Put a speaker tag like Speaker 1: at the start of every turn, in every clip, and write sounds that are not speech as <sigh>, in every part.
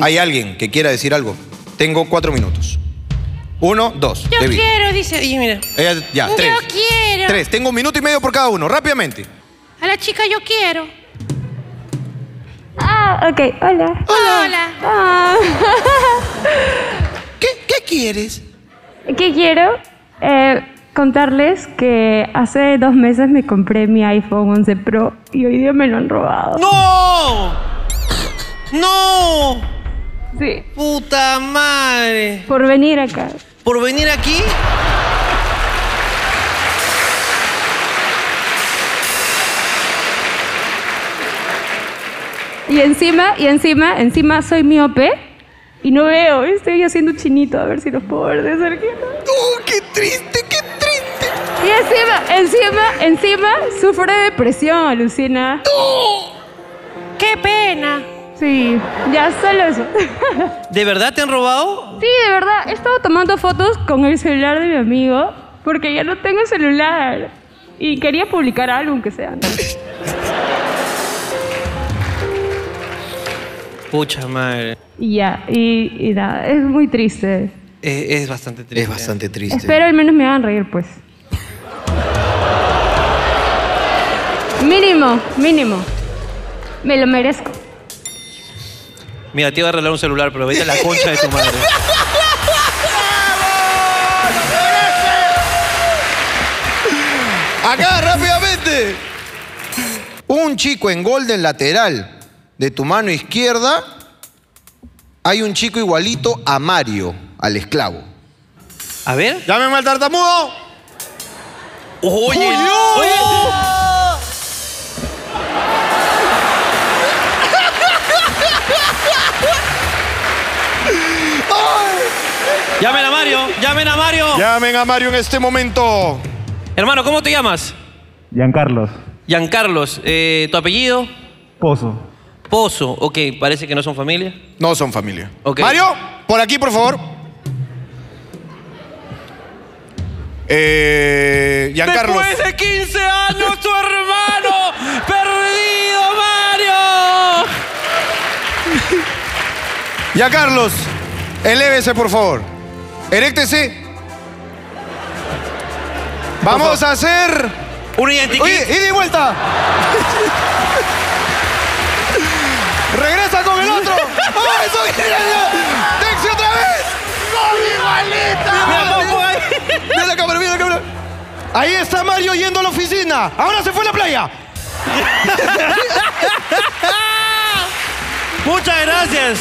Speaker 1: ¿Hay alguien que quiera decir algo? Tengo cuatro minutos. Uno, dos.
Speaker 2: Yo
Speaker 1: David.
Speaker 2: quiero, dice. Y mira.
Speaker 1: Ella- ya,
Speaker 2: Yo
Speaker 1: tres.
Speaker 2: quiero.
Speaker 1: Tres. Tengo un minuto y medio por cada uno. Rápidamente.
Speaker 2: A la chica yo quiero.
Speaker 3: Ah, ok, hola.
Speaker 2: Hola.
Speaker 3: Ah,
Speaker 4: Ah.
Speaker 1: ¿Qué, qué quieres?
Speaker 3: ¿Qué quiero? Eh, contarles que hace dos meses me compré mi iPhone 11 Pro y hoy día me lo han robado.
Speaker 5: ¡No! ¡No!
Speaker 3: Sí.
Speaker 5: ¡Puta madre!
Speaker 3: Por venir acá.
Speaker 5: ¿Por venir aquí?
Speaker 3: Y encima, y encima, encima soy miope y no veo. Estoy haciendo chinito a ver si los puedo ver de cerquita.
Speaker 1: ¡Oh, qué triste, qué triste!
Speaker 3: Y encima, encima, encima, sufro de depresión, alucina.
Speaker 2: Qué pena.
Speaker 3: Sí, ya solo eso. <laughs>
Speaker 5: ¿De verdad te han robado?
Speaker 3: Sí, de verdad, he estado tomando fotos con el celular de mi amigo porque ya no tengo celular. Y quería publicar algo, aunque sea. ¿no?
Speaker 5: Pucha madre.
Speaker 3: Y ya, y, y nada, es muy triste.
Speaker 5: Es, es bastante triste.
Speaker 1: Es bastante triste.
Speaker 3: Espero al menos me hagan reír, pues. Mínimo, mínimo. Me lo merezco.
Speaker 5: Mira, te iba a regalar un celular, pero vete a la concha de tu madre.
Speaker 1: <laughs> Acá, rápidamente. Un chico en gol del lateral de tu mano izquierda. Hay un chico igualito a Mario, al esclavo.
Speaker 5: A ver.
Speaker 1: ¡Llámeme al tartamudo!
Speaker 5: ¡Oye!
Speaker 1: ¡Oye!
Speaker 5: ¡Llamen a Mario! ¡Llamen a Mario!
Speaker 1: Llamen a Mario en este momento.
Speaker 5: Hermano, ¿cómo te llamas?
Speaker 6: Giancarlos,
Speaker 5: Giancarlos. Eh, ¿Tu apellido?
Speaker 6: Pozo.
Speaker 5: Pozo. Ok, parece que no son familia.
Speaker 1: No son familia.
Speaker 5: Ok.
Speaker 1: Mario, por aquí, por favor. Eh, Giancarlo.
Speaker 5: Después de 15 años, tu hermano perdido, Mario.
Speaker 1: Ya Carlos, elévese por favor. Eréctese. Vamos a hacer.
Speaker 5: Un identikit.
Speaker 1: Oye, ida y vuelta. Regresa con el otro. ¡Oh, eso ¡Texi otra vez!
Speaker 5: Mira, Popo,
Speaker 1: ¡Gol
Speaker 5: ahí.
Speaker 1: igualita! Mira la cámara, mira la cámara. Ahí está Mario yendo a la oficina. Ahora se fue a la playa.
Speaker 5: <laughs> Muchas gracias.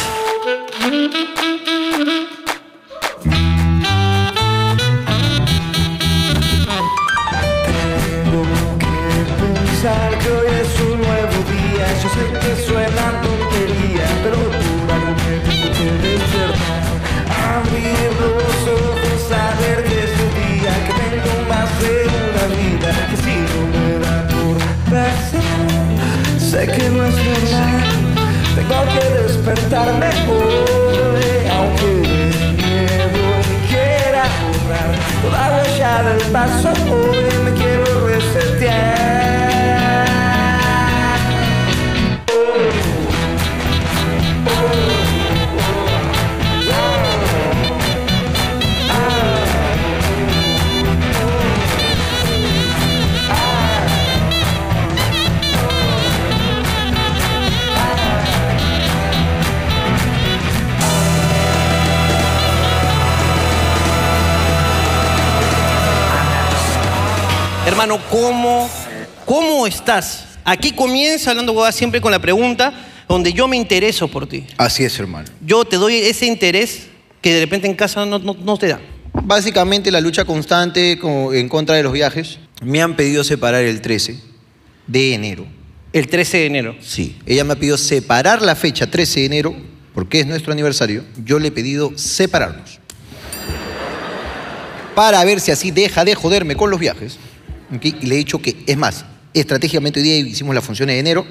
Speaker 7: pensar que hoy es un nuevo día. Yo sé que suena tontería, pero por algo me tengo que despertar. Abrir los ojos, saber que es un día, que tengo más de una vida, que si no me da por pensar, sé que no es verdad. Tengo que despertarme hoy, aunque de miedo ni quiera borrar toda huella del paso. Hoy me quiero resetear.
Speaker 5: Hermano, ¿cómo, ¿cómo estás? Aquí comienza hablando huevadas siempre con la pregunta donde yo me intereso por ti.
Speaker 1: Así es, hermano.
Speaker 5: Yo te doy ese interés que de repente en casa no, no- no te da.
Speaker 1: Básicamente la lucha constante co- en contra de los viajes. Me han pedido separar el 13 de enero.
Speaker 5: El 13 de enero.
Speaker 1: Sí. Ella me ha pedido separar la fecha 13 de enero, porque es nuestro aniversario. Yo le he pedido separarnos. Para ver si así deja de joderme con los viajes. ¿ok? Y le he dicho que, es más, estratégicamente hoy día hicimos las funciones de enero,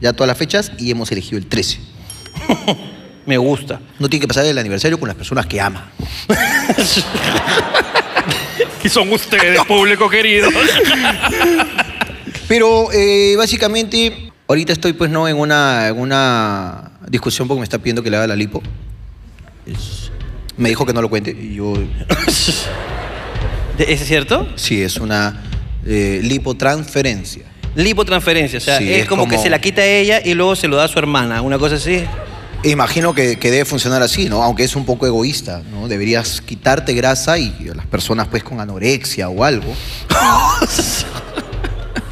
Speaker 1: ya todas las fechas, y hemos elegido el 13.
Speaker 5: <laughs> Me gusta.
Speaker 1: No tiene que pasar el aniversario con las personas que ama.
Speaker 8: Y son ustedes, <laughs> público querido.
Speaker 1: Pero eh, básicamente, ahorita estoy pues no en una, en una discusión porque me está pidiendo que le haga la lipo. Me dijo que no lo cuente. Y yo,
Speaker 5: ¿Es cierto?
Speaker 1: sí, es una eh, lipotransferencia.
Speaker 5: Lipotransferencia, o sea,
Speaker 1: Sí,
Speaker 5: es,
Speaker 1: es
Speaker 5: como, que
Speaker 1: como-
Speaker 5: se la quita a ella y luego se lo da a su hermana, una cosa así.
Speaker 1: E Imagino que, que debe funcionar así, ¿no? Aunque es un poco egoísta, ¿no? Deberías quitarte grasa y a las personas, pues, con anorexia o
Speaker 5: <laughs>
Speaker 1: algo.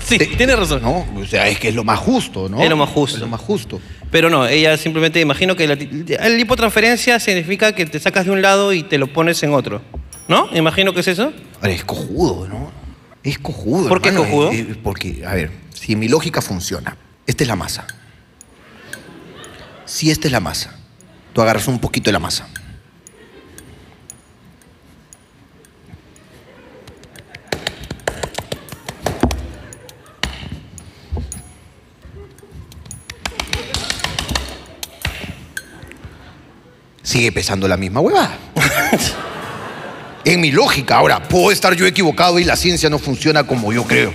Speaker 5: Sí,
Speaker 1: Te-
Speaker 5: tiene razón.
Speaker 1: ¿No? O sea, es que es lo más justo, ¿no?
Speaker 5: Es lo más justo.
Speaker 1: Es lo más justo.
Speaker 5: Pero no, ella simplemente imagino que la, el lipotransferencia significa que te sacas de un lado y te lo pones en otro. ¿No? Imagino que es eso.
Speaker 1: Ahora, es cojudo, ¿no? Es cojudo.
Speaker 5: ¿Por qué
Speaker 1: hermano.
Speaker 5: cojudo?
Speaker 1: Eh, eh, porque, a ver, si mi lógica funciona, esta es la masa. Si esta es la masa, tú agarras un poquito de la masa. Sigue pesando la misma
Speaker 5: <laughs>
Speaker 1: huevada. En mi lógica, ahora, puedo estar yo equivocado y la ciencia no funciona como yo creo.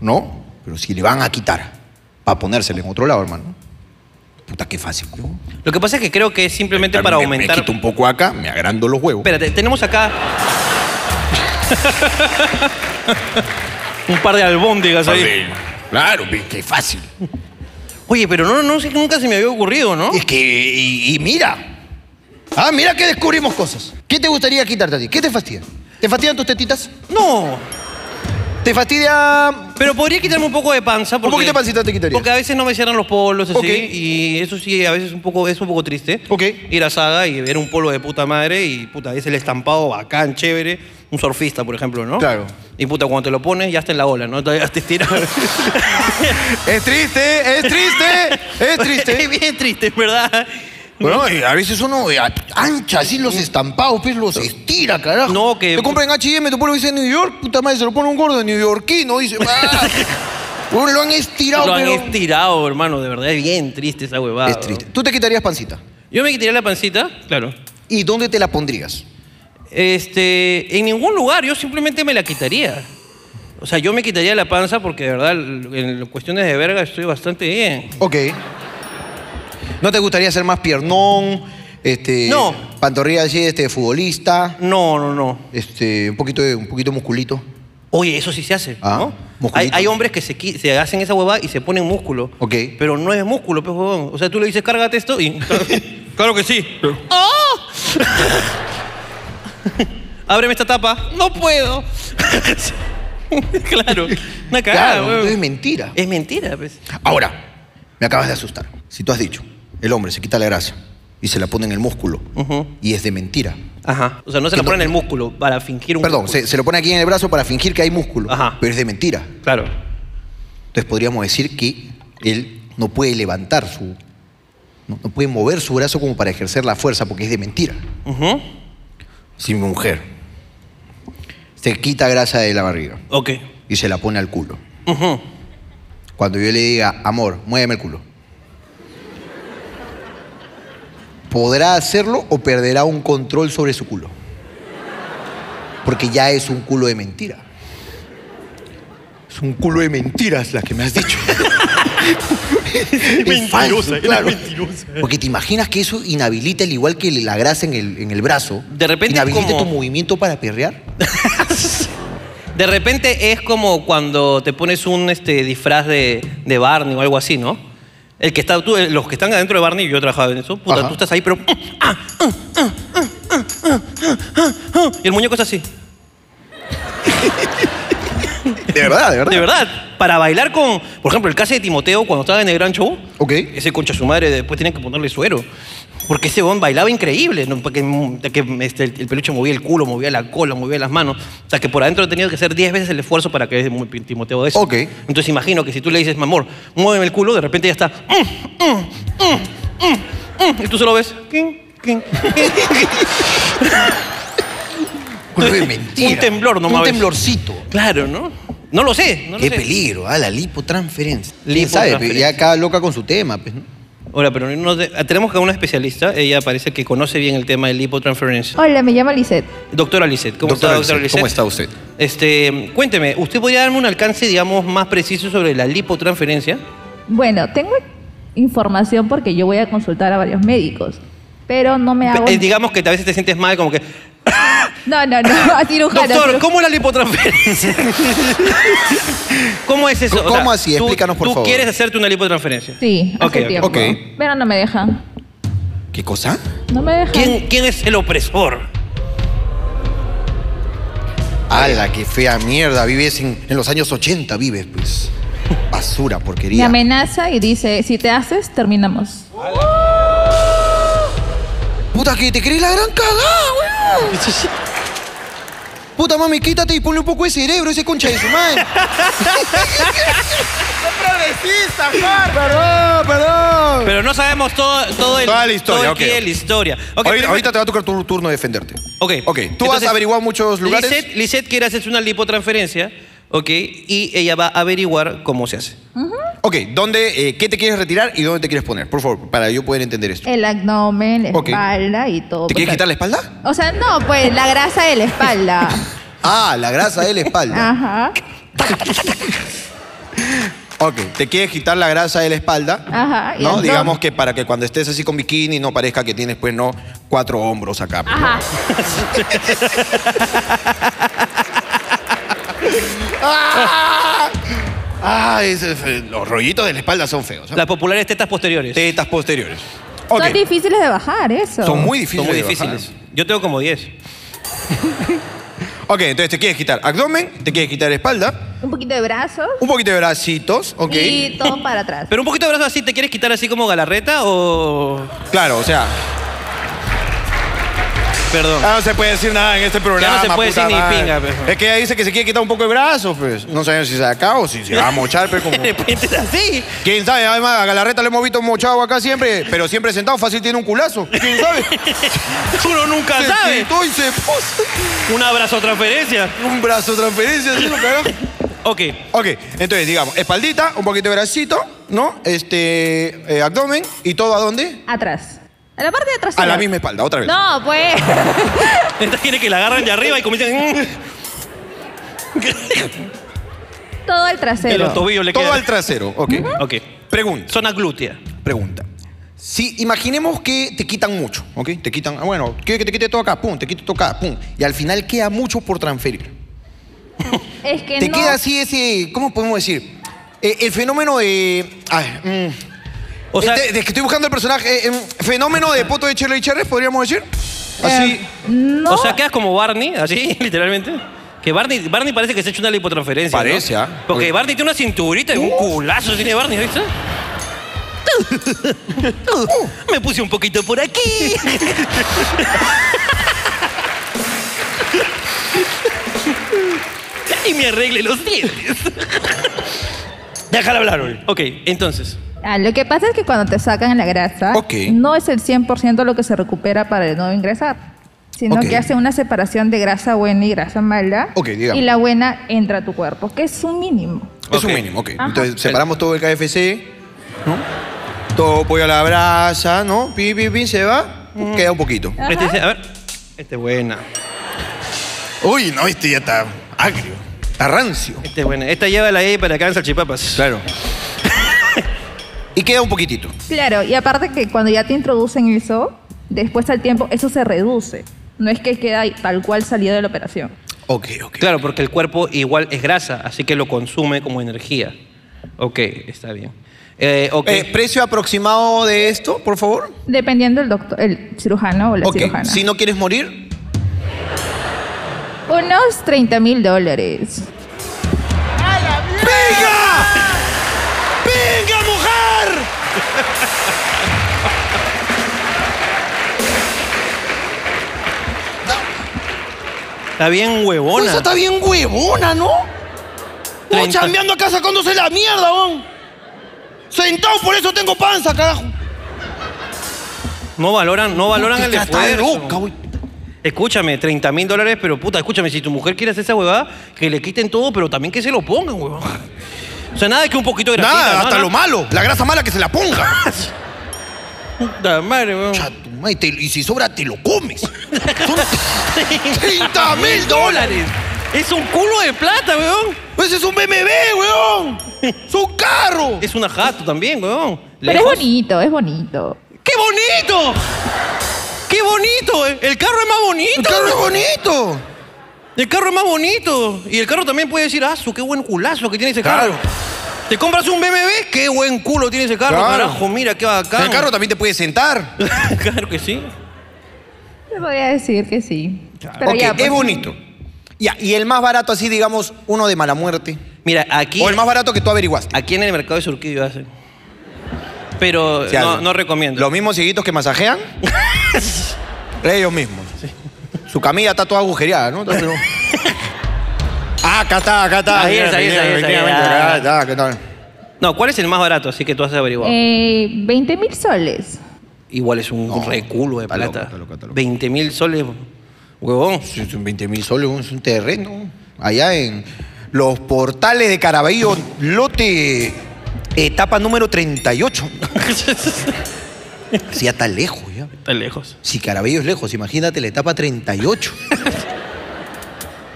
Speaker 1: ¿No? Pero si le van a quitar para ponérsela en otro lado, hermano. Puta, qué fácil. ¿no?
Speaker 5: Lo que pasa es que creo que es simplemente para
Speaker 1: Me-
Speaker 5: aumentar.
Speaker 1: Me quito un poco acá, me agrando los huevos.
Speaker 5: Espérate,
Speaker 1: <laughs>
Speaker 5: tenemos acá. un par de albóndigas ahí.
Speaker 1: Claro, ve, qué fácil.
Speaker 5: Oye, pero no, no sé, nunca se me había ocurrido, ¿no?
Speaker 1: Es que, y, y mira. Ah, mira que descubrimos cosas. ¿Qué te gustaría quitarte a ti? ¿Qué te fastidia? ¿Te fastidian tus tetitas?
Speaker 5: No.
Speaker 1: ¿Te fastidia...?
Speaker 5: Pero podría quitarme un poco de panza. Porque,
Speaker 1: poquito de pancita te quitarías?
Speaker 5: Porque a veces no me cierran los polos así.
Speaker 1: Ok.
Speaker 5: Y eso sí, a veces un poco, es un poco triste.
Speaker 1: Ok.
Speaker 5: Ir a Saga y ver un polo de puta madre y puta, es el estampado bacán, chévere. Un surfista, por ejemplo, ¿no?
Speaker 1: Claro.
Speaker 5: Y puta, cuando te lo pones ya está en la ola, ¿no? Todavía
Speaker 1: <laughs>
Speaker 5: te estiras.
Speaker 1: Es triste, es triste, es triste.
Speaker 5: es <laughs> bien triste, ¿verdad?
Speaker 1: Bueno, y a veces uno eh, a- ancha así los estampados, pues los estira, carajo.
Speaker 5: No, que-
Speaker 1: Te compran H&M, tu pueblo dice New York, puta madre, se lo pone un gordo neoyorquino, dice,
Speaker 5: <laughs>
Speaker 1: "Ah". Bueno, lo han estirado,
Speaker 5: lo han
Speaker 1: pero-
Speaker 5: estirado, hermano. De verdad, es bien triste esa huevada.
Speaker 1: Es triste. ¿Tú te quitarías pancita?
Speaker 5: Yo me quitaría la pancita, claro.
Speaker 1: ¿Y dónde te la pondrías?
Speaker 5: Este, en ningún lugar, yo simplemente me la quitaría. O sea, yo me quitaría la panza porque de verdad en cuestiones de verga estoy bastante bien.
Speaker 1: Ok. ¿No te gustaría ser más piernón? Este,
Speaker 5: No.
Speaker 1: Pantorrilla así, este, futbolista,
Speaker 5: No, no, no.
Speaker 1: este, un poquito, de- un poquito musculito.
Speaker 5: Oye, eso sí se hace,
Speaker 1: Ah,
Speaker 5: ¿no? Hay,
Speaker 1: musculito.
Speaker 5: hay hombres que se, qui- se hacen esa huevada y se ponen músculo.
Speaker 1: Ok.
Speaker 5: Pero no es músculo, pues, huevón. O sea, tú le dices, cárgate esto y...
Speaker 1: <laughs>
Speaker 5: claro que sí. ¡Ah! Ábreme esta tapa. No puedo. <laughs> claro. Una cagada,
Speaker 1: claro,
Speaker 5: huevón.
Speaker 1: entonces es mentira.
Speaker 5: Es mentira, pues.
Speaker 1: Ahora, me acabas de asustar. Si tú has dicho, el hombre se quita la grasa y se la pone en el músculo
Speaker 5: Ujú.
Speaker 1: y es de mentira.
Speaker 5: Ajá. O sea, no se la
Speaker 1: Que no-
Speaker 5: ponen en el músculo para fingir un
Speaker 1: Perdón,
Speaker 5: músculo. Ah.
Speaker 1: se, se lo pone aquí en el brazo para fingir que hay músculo,
Speaker 5: Ajá.
Speaker 1: pero es de mentira.
Speaker 5: Claro.
Speaker 1: Entonces podríamos decir que él no puede levantar su... No, no puede mover su brazo como para ejercer la fuerza porque es de mentira.
Speaker 5: Ujú.
Speaker 1: Si mi mujer se quita grasa de la barriga
Speaker 5: Ok.
Speaker 1: y se la pone al culo,
Speaker 5: Ujú.
Speaker 1: cuando yo le diga, amor, muéveme el culo, ¿podrá hacerlo o perderá un control sobre su culo? Porque ya es un culo de mentira. Es un culo de mentiras la que me has dicho. <laughs> es falso, claro. <laughs> Porque te imaginas que eso inhabilita el igual que la grasa en el, en el brazo.
Speaker 5: De repente es
Speaker 1: Inhabilita
Speaker 5: como-
Speaker 1: tu movimiento para perrear.
Speaker 5: De repente es como cuando te pones un este, disfraz de, de Barney o algo así, ¿no? El que está, tú, eh, los que están adentro de Barney, yo he trabajado en eso, puta,
Speaker 1: Ajá.
Speaker 5: tú estás ahí, pero... ah, ah, ah, ah, ah, ah, ah, ah, Y el muñeco es así.
Speaker 1: <laughs> De verdad, de verdad.
Speaker 5: De verdad, para bailar con... Por ejemplo, el caso de Timoteo cuando estaba en el gran show,
Speaker 1: Ok.
Speaker 5: ese concha su madre después tenían que ponerle suero. Porque ese bon bailaba increíble, ¿no? Porque, mm, que, este, el, el peluche movía el culo, movía la cola, movía las manos. O sea, que por adentro tenía que hacer 10 veces el esfuerzo para que ese mu- Timoteo de eso.
Speaker 1: Ok.
Speaker 5: Entonces imagino que si tú le dices, mi amor, muéveme el culo, de repente ya está... "Mm, mm, mm, mm, mm", y tú solo ves... "Quin, quin, quin".
Speaker 1: Culo de mentira.
Speaker 5: Un temblor nomás
Speaker 1: Un
Speaker 5: ves.
Speaker 1: temblorcito.
Speaker 5: claro, ¿no? No lo sé. No lo
Speaker 1: Qué
Speaker 5: sé.
Speaker 1: peligro, ah, la lipotransferencia. ¿Quién sabe?
Speaker 5: Lipotransferencia.
Speaker 1: Pero Ya cada loca con su tema. pues, ¿no?
Speaker 5: Ahora, pero no de- tenemos acá una especialista, ella parece que conoce bien el tema del
Speaker 4: <laughs>
Speaker 5: lipotransferencia.
Speaker 4: Hola, me llamo Lisette.
Speaker 5: Doctora Lisset, ¿cómo
Speaker 1: Doctora
Speaker 5: está, doctora
Speaker 1: Lisset, ¿cómo está usted?
Speaker 5: Este, cuénteme, ¿usted podría darme un alcance, digamos, más preciso sobre la lipotransferencia?
Speaker 4: Bueno, tengo información porque yo voy a consultar a varios médicos. Pero no me hago.
Speaker 5: Eh, digamos que a veces te sientes mal, como que.
Speaker 4: No, no, no, <laughs> a cirujano.
Speaker 5: Doctor,
Speaker 4: ciru-
Speaker 5: ¿cómo
Speaker 4: <laughs>
Speaker 5: la lipotransferencia? ¿Cómo es eso?
Speaker 1: ¿Cómo así?
Speaker 5: tú-
Speaker 1: Explícanos, por
Speaker 5: tú
Speaker 1: favor.
Speaker 5: quieres hacerte una lipotransferencia?
Speaker 4: Sí, hace
Speaker 5: Ok, ok.
Speaker 4: tiempo.
Speaker 1: ok.
Speaker 4: Pero no me dejan.
Speaker 1: ¿Qué cosa?
Speaker 4: No me dejan.
Speaker 5: ¿Quién, quién es el opresor?
Speaker 1: ¡Hala, qué fea mierda! Vives en, en los años 80, vives,
Speaker 5: <laughs>
Speaker 1: pues. Basura,
Speaker 4: Me
Speaker 1: porquería.
Speaker 4: amenaza y dice, si te haces, terminamos.
Speaker 1: Puta, que te crees la gran cagada, weón. Puta mami, quítate y ponle un poco de cerebro a ese concha de su
Speaker 5: <laughs>
Speaker 1: madre. Perdón, perdón.
Speaker 5: Pero no sabemos todo, todo el,
Speaker 1: Toda la historia,
Speaker 5: todo el
Speaker 1: ok.
Speaker 5: qué de la historia. Ok,
Speaker 1: Ahorita-
Speaker 5: pero-
Speaker 1: ahorita te va a tocar tu turno defenderte.
Speaker 5: Ok.
Speaker 1: Ok. Tú has
Speaker 5: Entonces,
Speaker 1: averiguado muchos lugares.
Speaker 5: Lisette, Lisette quiere hacerse una lipotransferencia, ok, y ella va a averiguar cómo se hace.
Speaker 1: Ok, ¿dónde, eh, ¿qué te quieres retirar y dónde te quieres poner? Por favor, para yo poder entender esto.
Speaker 4: El abdomen, la
Speaker 1: Ok.
Speaker 4: espalda y todo.
Speaker 1: ¿Te quieres quitar la espalda?
Speaker 4: O sea, no, pues la grasa de la espalda.
Speaker 1: Ah, la grasa de la <laughs> espalda.
Speaker 4: Ajá,
Speaker 1: <laughs> Ok, te quieres quitar la grasa de la espalda.
Speaker 4: Ajá, Ah, y
Speaker 1: ¿No?
Speaker 4: el
Speaker 1: Digamos
Speaker 4: abdomen.
Speaker 1: que para que cuando estés así con bikini no parezca que tienes, pues, no, cuatro hombros acá. pues, ¿no?
Speaker 4: <laughs> ajá.
Speaker 1: <laughs> Ah, ese es fe- los rollitos de la espalda son feos. ¿ah?
Speaker 5: Las populares tetas posteriores.
Speaker 1: Tetas posteriores. Ok.
Speaker 4: Son difíciles de bajar, eso.
Speaker 1: Son muy difíciles.
Speaker 5: Son muy
Speaker 1: de bajar.
Speaker 5: difíciles. Yo tengo como 10.
Speaker 1: Ok, entonces te quieres quitar abdomen, te quieres quitar espalda,
Speaker 4: Un poquito de brazos
Speaker 1: un poquito de bracitos, ok.
Speaker 4: y todo para atrás.
Speaker 5: Pero un poquito de brazo así, ¿te quieres quitar así como galarreta o...?
Speaker 1: Claro, o sea,
Speaker 5: Perdón.
Speaker 1: ya Ah, no se puede decir nada en este programa.
Speaker 5: Ya no se puede
Speaker 1: puta
Speaker 5: decir ni
Speaker 1: madre.
Speaker 5: pinga, pues.
Speaker 1: Es que ella dice que se quiere quitar un poco de brazos, pues. No sabemos si se acá o si se va a mochar, pero como.
Speaker 5: <laughs> De repente es así.
Speaker 1: ¿Quién sabe? Además, a Galarreta le hemos visto mochado acá siempre, pero siempre sentado, fácil tiene un culazo. ¿Quién sabe?
Speaker 5: Uno nunca
Speaker 1: se
Speaker 5: sabe.
Speaker 1: sentó y se puso
Speaker 5: Un abrazo transferencia.
Speaker 1: un brazo transferencia, así lo carajo.
Speaker 5: Ok.
Speaker 1: Ok, entonces digamos, espaldita, un poquito de bracito, ¿no? Este, eh, abdomen y todo a dónde?
Speaker 4: Atrás. A la parte de atrás.
Speaker 1: A la misma espalda, otra vez.
Speaker 4: No, pues.
Speaker 5: <laughs>
Speaker 4: <laughs>
Speaker 5: Esta quiere que la agarren de arriba y comiencen... mm,
Speaker 4: todo el
Speaker 5: En
Speaker 4: trasero.
Speaker 5: los tobillos le
Speaker 1: todo
Speaker 5: queda.
Speaker 1: al trasero, ok.
Speaker 5: Ok.
Speaker 1: Pregunta,
Speaker 5: Zona glútea.
Speaker 1: pregunta. Si imaginemos que te quitan mucho, ¿ok? Te quitan, ah, bueno, quiere que te quite todo acá, pum, te quito todo acá, pum. Y al final queda mucho por transferir.
Speaker 4: Es que
Speaker 1: Te
Speaker 4: no.
Speaker 1: queda así ese, ¿cómo podemos decir? Eh, el fenómeno de... ay, mm,
Speaker 5: O sea,
Speaker 1: este, de que estoy buscando el personaje, eh, mm, fenómeno de poto de Cherry Cherry, podríamos decir. Así...
Speaker 4: Eh, No.
Speaker 5: o sea, quedas como Barney, así, <laughs> literalmente. Que Barney, Barney parece que se ha hecho una lipotransferencia. ¿no?
Speaker 1: Parece, ¿ah?
Speaker 5: Porque
Speaker 1: Oye.
Speaker 5: Barney tiene una cinturita y un culazo tiene Barney, ¿viste? Me puse un poquito por aquí. <laughs> y me arregle los dientes. Déjala hablar, Ol. Ok, entonces.
Speaker 4: Ah, lo que pasa es que cuando te sacan la grasa,
Speaker 1: Ok.
Speaker 4: no es el 100% lo que se recupera para el nuevo ingresar, sino
Speaker 1: Ok.
Speaker 4: que hace una separación de grasa buena y grasa mala.
Speaker 1: Ok, digamos.
Speaker 4: Y la buena entra a tu cuerpo, que es un mínimo.
Speaker 1: Es un
Speaker 5: Ok.
Speaker 1: mínimo, ok.
Speaker 4: Ajá.
Speaker 1: Entonces separamos todo el KFC, ¿no? Todo pollo a la brasa, ¿no? Pi, pi, pi, se va. Queda un poquito.
Speaker 5: Este dice- a ver. Esta es buena.
Speaker 1: Uy, no, este ya está agrio. Está rancio.
Speaker 5: Esta es buena. Este, Esta llévala ahí para que hagan salchipapas. <laughs>
Speaker 1: Claro. y queda un poquitito.
Speaker 4: Claro, y aparte que cuando ya te introducen eso, después al tiempo eso se reduce. No es que queda ahí tal cual salido de la operación.
Speaker 1: Ok, ok.
Speaker 5: Claro, porque el cuerpo igual es grasa, así que lo consume como energía. Ok, está bien. Eh, ok.
Speaker 1: Eh, ¿Precio aproximado de esto, por favor?
Speaker 4: Dependiendo del doctor, el cirujano o la
Speaker 1: ok.
Speaker 4: cirujana.
Speaker 1: Si no quieres morir,
Speaker 4: Unos 30 mil dólares.
Speaker 5: ¡Venga, mujer! Está bien
Speaker 1: pues esa
Speaker 5: huevona.
Speaker 1: está bien huevona, ¿no? Vos
Speaker 5: Treinta.
Speaker 1: chambeando acá sacándose la mierda, weón. Sentado, por eso tengo panza, carajo. no
Speaker 5: No valoran, no valoran el
Speaker 1: Está
Speaker 5: esfuerzo.
Speaker 1: loca, uy.
Speaker 5: Escúchame, 30 mil dólares, pero puta, escúchame, si tu mujer quiere hacer esa huevada, que le quiten todo, pero también que se lo pongan, huevón. O sea, nada que un poquito de grasita.
Speaker 1: Nada,
Speaker 5: ¿no?
Speaker 1: hasta
Speaker 5: Nada-
Speaker 1: lo malo. La grasa mala que se la
Speaker 5: <laughs>
Speaker 1: ponga.
Speaker 5: Puta madre, huevón.
Speaker 1: Cha tu madre,
Speaker 5: <laughs>
Speaker 1: te- y si sobra, te lo comes. Son 30 mil dólares.
Speaker 5: Es un culo de plata, weón.
Speaker 1: Ese Pues es un BMW,
Speaker 5: <laughs>
Speaker 1: weón. Es un carro.
Speaker 5: Es una jato también, weón.
Speaker 4: Pero es
Speaker 5: Lejos.
Speaker 4: bonito, es bonito.
Speaker 5: ¡Qué bonito! ¡Qué bonito! El carro es más bonito.
Speaker 1: El carro es bonito.
Speaker 5: El carro es más bonito. Y el carro también puede decir, ah, su qué buen culazo que tiene ese carro.
Speaker 1: Claro.
Speaker 5: Te compras un BMW, qué buen culo tiene ese carro,
Speaker 1: Claro.
Speaker 5: carajo, mira qué bacán.
Speaker 1: El carro también te puede sentar.
Speaker 5: <laughs> claro que sí.
Speaker 4: Te podría decir que sí. Pero
Speaker 1: Ok,
Speaker 4: ya, pues,
Speaker 1: es bonito. Ya, y el más barato así, digamos, uno de mala muerte.
Speaker 5: Mira, aquí,
Speaker 1: O el más barato que tú averiguaste.
Speaker 5: aquí en el mercado de Surquillo hacen. Pero
Speaker 1: O sea,
Speaker 5: Eh, no, no recomiendo.
Speaker 1: Los mismos cieguitos que
Speaker 5: <laughs>
Speaker 1: masajean. ellos mismos. Su camilla está toda agujereada, ¿no?
Speaker 5: <laughs>
Speaker 1: Está, pero- ah, acá está, acá está.
Speaker 5: Ahí está, ahí está, ahí está, ahí está.
Speaker 1: Ah, está, ¿qué tal?
Speaker 5: No, ¿cuál es el más barato? Así que tú has averiguado.
Speaker 4: eh, 20 mil soles.
Speaker 5: Igual es un
Speaker 1: No,
Speaker 5: reculo de
Speaker 1: está
Speaker 5: plata.
Speaker 1: loco, está loco, está loco.
Speaker 5: 20 mil soles, huevón.
Speaker 1: Sí, son 20 mil soles, es un terreno. Allá en los portales de Caraballo, lote, etapa número
Speaker 5: <laughs>
Speaker 1: 38. Sí, ya está lejos, ya.
Speaker 5: Está lejos.
Speaker 1: Si Caraballo es lejos, imagínate la etapa 38.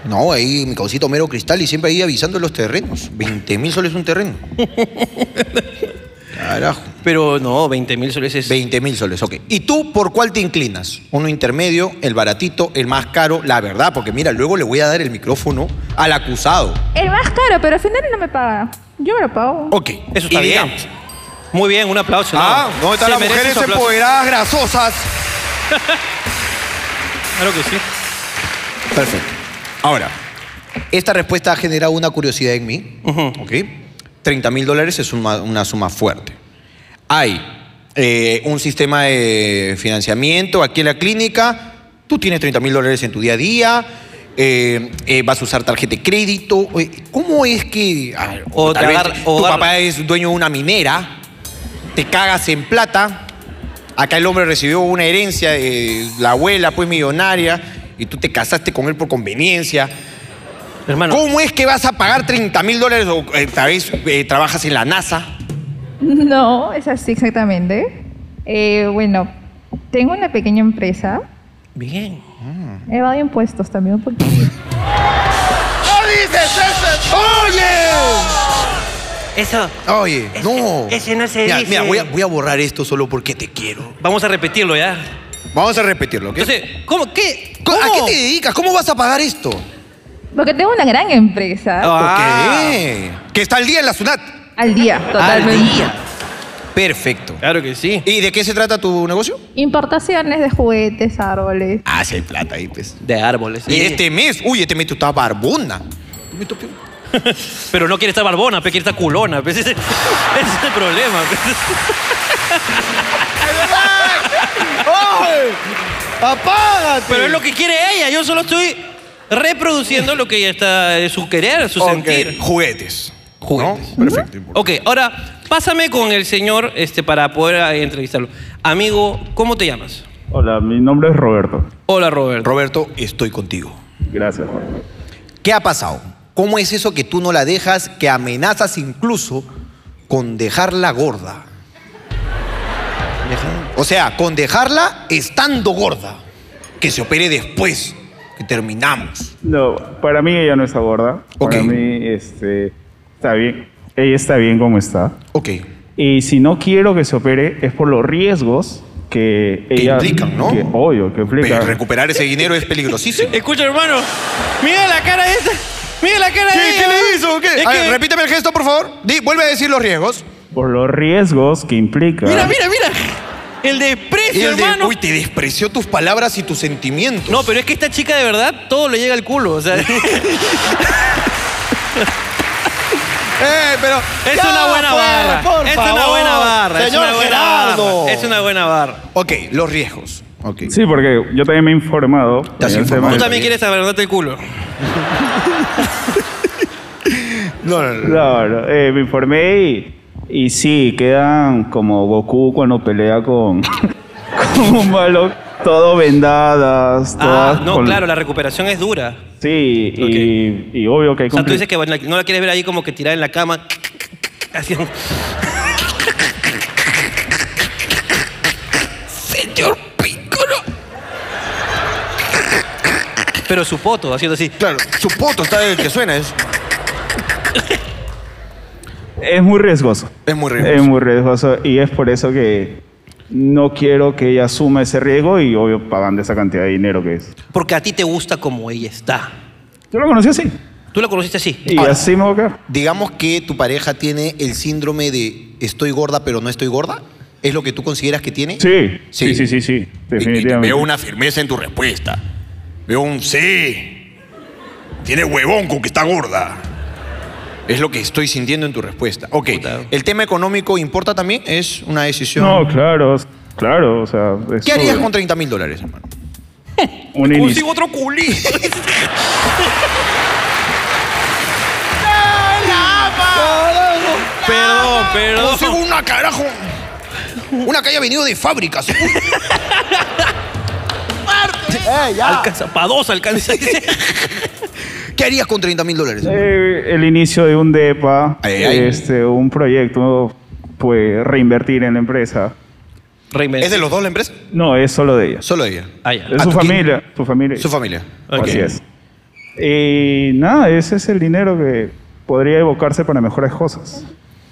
Speaker 1: No, ahí mi causito mero cristal y siempre ahí avisando los terrenos. 20 mil soles un terreno. Carajo.
Speaker 5: Pero no, 20 mil soles es...
Speaker 1: 20 mil soles, ok. ¿Y tú por cuál te inclinas? Uno intermedio, el baratito, el más caro, la verdad, porque mira, luego le voy a dar el micrófono al acusado.
Speaker 4: El más caro, pero al final no me paga. Yo me lo pago.
Speaker 1: Ok,
Speaker 5: Eso está
Speaker 1: y
Speaker 5: bien.
Speaker 1: digamos-
Speaker 5: Muy bien, un aplauso.
Speaker 1: Ah, ¿dónde están
Speaker 5: Se
Speaker 1: las
Speaker 5: merece
Speaker 1: mujeres
Speaker 5: su aplauso.
Speaker 1: empoderadas grasosas?
Speaker 5: Claro que sí.
Speaker 1: Perfecto. Ahora, esta respuesta ha generado una curiosidad en mí.
Speaker 5: Ujú.
Speaker 1: ¿Ok? 30 mil dólares es una, una suma fuerte. Hay eh, un sistema de financiamiento aquí en la clínica. Tú tienes 30 mil dólares en tu día a día. eh, eh, vas a usar tarjeta de crédito. Oye, ¿Cómo es que a ver,
Speaker 5: O
Speaker 1: tal
Speaker 5: te
Speaker 1: vez
Speaker 5: agar- o
Speaker 1: tu
Speaker 5: agar-
Speaker 1: papá es dueño de una minera? Te cagas en plata. Acá el hombre recibió una herencia de la abuela, pues millonaria, y tú te casaste con él por conveniencia.
Speaker 5: Hermano,
Speaker 1: ¿Cómo es que vas a pagar 30 mil dólares o eh, tal vez eh, trabajas en la NASA?
Speaker 4: <laughs> No, es así exactamente. Eh, bueno, tengo una pequeña empresa.
Speaker 5: <laughs> bien.
Speaker 4: Evado impuestos también un poquito.
Speaker 1: ¡No dices eso! ¡Oye!
Speaker 5: Eso.
Speaker 1: Oye, no.
Speaker 9: ese no se
Speaker 1: mira,
Speaker 9: dice.
Speaker 1: Mira, voy a, voy a borrar esto solo porque te quiero.
Speaker 5: Vamos a repetirlo ya.
Speaker 1: Vamos a repetirlo, ¿ok?
Speaker 5: Entonces, ¿cómo? ¿Qué?
Speaker 1: ¿Cómo- ¿A
Speaker 5: ¿Cómo?
Speaker 1: qué te dedicas? ¿Cómo vas a pagar esto?
Speaker 4: Porque tengo una gran empresa.
Speaker 5: Ah,
Speaker 1: Ok. Que está al día en la SUNAT.
Speaker 4: Al día, totalmente.
Speaker 5: Al día.
Speaker 1: Perfecto.
Speaker 5: Claro que sí.
Speaker 1: ¿Y de qué se trata tu negocio?
Speaker 4: Importaciones de juguetes, árboles.
Speaker 1: Ah, sí, hay plata ahí, pues.
Speaker 5: De árboles.
Speaker 1: Y
Speaker 5: sí.
Speaker 1: este mes, uy, este mes tú estás barbona.
Speaker 5: Pero no quiere estar barbona, pe, quiere estar culona. pe. Ese, ese es el <laughs> problema. pe. <laughs>
Speaker 1: ¡Apágate!
Speaker 5: Pero es lo que quiere ella. Yo solo estoy reproduciendo lo que ella está, de su querer, su sentir.
Speaker 1: Juguetes.
Speaker 5: Juguetes.
Speaker 1: ¿No? Perfecto.
Speaker 5: Ok, ahora pásame con el señor este, para poder eh, entrevistarlo. Amigo, ¿cómo te llamas?
Speaker 10: Hola, mi nombre es Roberto.
Speaker 5: Hola, Robert.
Speaker 1: Roberto, estoy contigo.
Speaker 10: Gracias.
Speaker 1: ¿Qué ha pasado? ¿Cómo es eso que tú no la dejas, que amenazas incluso con dejarla gorda? O sea, con dejarla estando gorda. Que se opere después, que terminamos.
Speaker 10: No, para mí ella no está gorda.
Speaker 1: Ok.
Speaker 10: Para mí, este, está bien. Ella está bien como está.
Speaker 1: Ok.
Speaker 10: Y si no quiero que se opere, es por los riesgos que ella...
Speaker 1: implican, ¿no?
Speaker 10: Que, obvio, que implica.
Speaker 1: Pero recuperar ese dinero es peligrosísimo.
Speaker 10: <laughs>
Speaker 5: Escucha, hermano. Mira la cara de esta. Mira la cara de ella. Es
Speaker 1: A
Speaker 5: que-
Speaker 1: ver, repíteme el gesto, por favor. Di- vuelve a decir los riesgos.
Speaker 10: Por los riesgos que implica.
Speaker 5: Mira, mira, mira. El
Speaker 1: Y
Speaker 5: desprecio,
Speaker 1: el de-
Speaker 5: hermano.
Speaker 1: uy, te despreció tus palabras y tus sentimientos.
Speaker 5: No, pero es que esta chica de verdad todo le llega al culo.
Speaker 1: <laughs>
Speaker 5: O sea, es
Speaker 1: Eh, pero Ya,
Speaker 5: una buena
Speaker 1: pues,
Speaker 5: barra.
Speaker 1: por
Speaker 5: es una
Speaker 1: favor,
Speaker 5: buena barra. es
Speaker 1: Señor
Speaker 5: una buena
Speaker 1: Gerardo.
Speaker 5: barra, Es una buena barra.
Speaker 1: Ok, los riesgos. Ok.
Speaker 10: Sí, porque yo también me he informado.
Speaker 1: ¿Estás
Speaker 10: en este el
Speaker 1: informado?
Speaker 10: tema
Speaker 5: Tú
Speaker 10: de-
Speaker 5: también quieres saberdate el culo.
Speaker 1: No, no, no.
Speaker 10: No, no, eh, me informé y, y sí, quedan como Goku cuando pelea con, <laughs> con un malo, todo vendadas, todas
Speaker 5: Ah, no,
Speaker 10: con-
Speaker 5: claro, la recuperación es dura.
Speaker 10: Sí, y, y obvio que hay
Speaker 5: O sea, tú
Speaker 10: compli-
Speaker 5: dices que bueno, no la quieres ver ahí como que tirada en la cama. Así.
Speaker 1: Señor Piccolo.
Speaker 5: Pero su poto, haciendo así.
Speaker 1: Claro, su poto está el que suena. Es,
Speaker 10: Es muy riesgoso.
Speaker 1: es muy rico.
Speaker 10: Es muy riesgoso y es por eso que no quiero que ella asuma ese riesgo y obvio pagando esa cantidad de dinero que es.
Speaker 5: Porque a ti te gusta como ella está.
Speaker 10: Yo lo conocí así
Speaker 5: Tú la conociste así.
Speaker 10: y
Speaker 1: Ahora.
Speaker 10: así me voy a quedar.
Speaker 1: Digamos que tu pareja tiene el síndrome de estoy gorda pero no estoy gorda. ¿Es lo que tú consideras que tiene?
Speaker 10: Sí, sí, sí, sí, sí, definitivamente.
Speaker 9: Veo una firmeza en tu respuesta. Veo un sí. Tiene huevón con que está gorda.
Speaker 1: Es lo que estoy sintiendo en tu respuesta. Ok.
Speaker 5: Puta.
Speaker 1: ¿El tema económico importa también? Es una decisión.
Speaker 10: No, claro, claro, o sea, es
Speaker 1: ¿Qué harías
Speaker 10: un-
Speaker 1: con 30 mil dólares, hermano?
Speaker 10: un inicio.
Speaker 8: Consigo otro
Speaker 5: <laughs>
Speaker 8: culito.
Speaker 5: Perdón, perdón.
Speaker 9: Consigo una, carajo. Una que haya venido
Speaker 1: <laughs>
Speaker 9: de fábricas.
Speaker 10: Eh,
Speaker 5: Alcanza, pa'
Speaker 1: <laughs>
Speaker 5: dos alcanza.
Speaker 9: ¿Qué harías con 30 mil dólares?
Speaker 10: Eh, el inicio de un DEPA,
Speaker 1: Ay, ay.
Speaker 10: este, un proyecto, pues reinvertir en la empresa.
Speaker 5: Reinvent-
Speaker 1: ¿Es de los dos la empresa?
Speaker 10: No, es solo de ella.
Speaker 1: Solo ella.
Speaker 5: Ah, ya.
Speaker 10: Es
Speaker 1: Ah,
Speaker 10: su
Speaker 1: ¿tú quién?
Speaker 10: familia, su familia.
Speaker 1: Su familia.
Speaker 5: Ok.
Speaker 10: Así es. Y nada, ese es el dinero que podría evocarse para mejores cosas.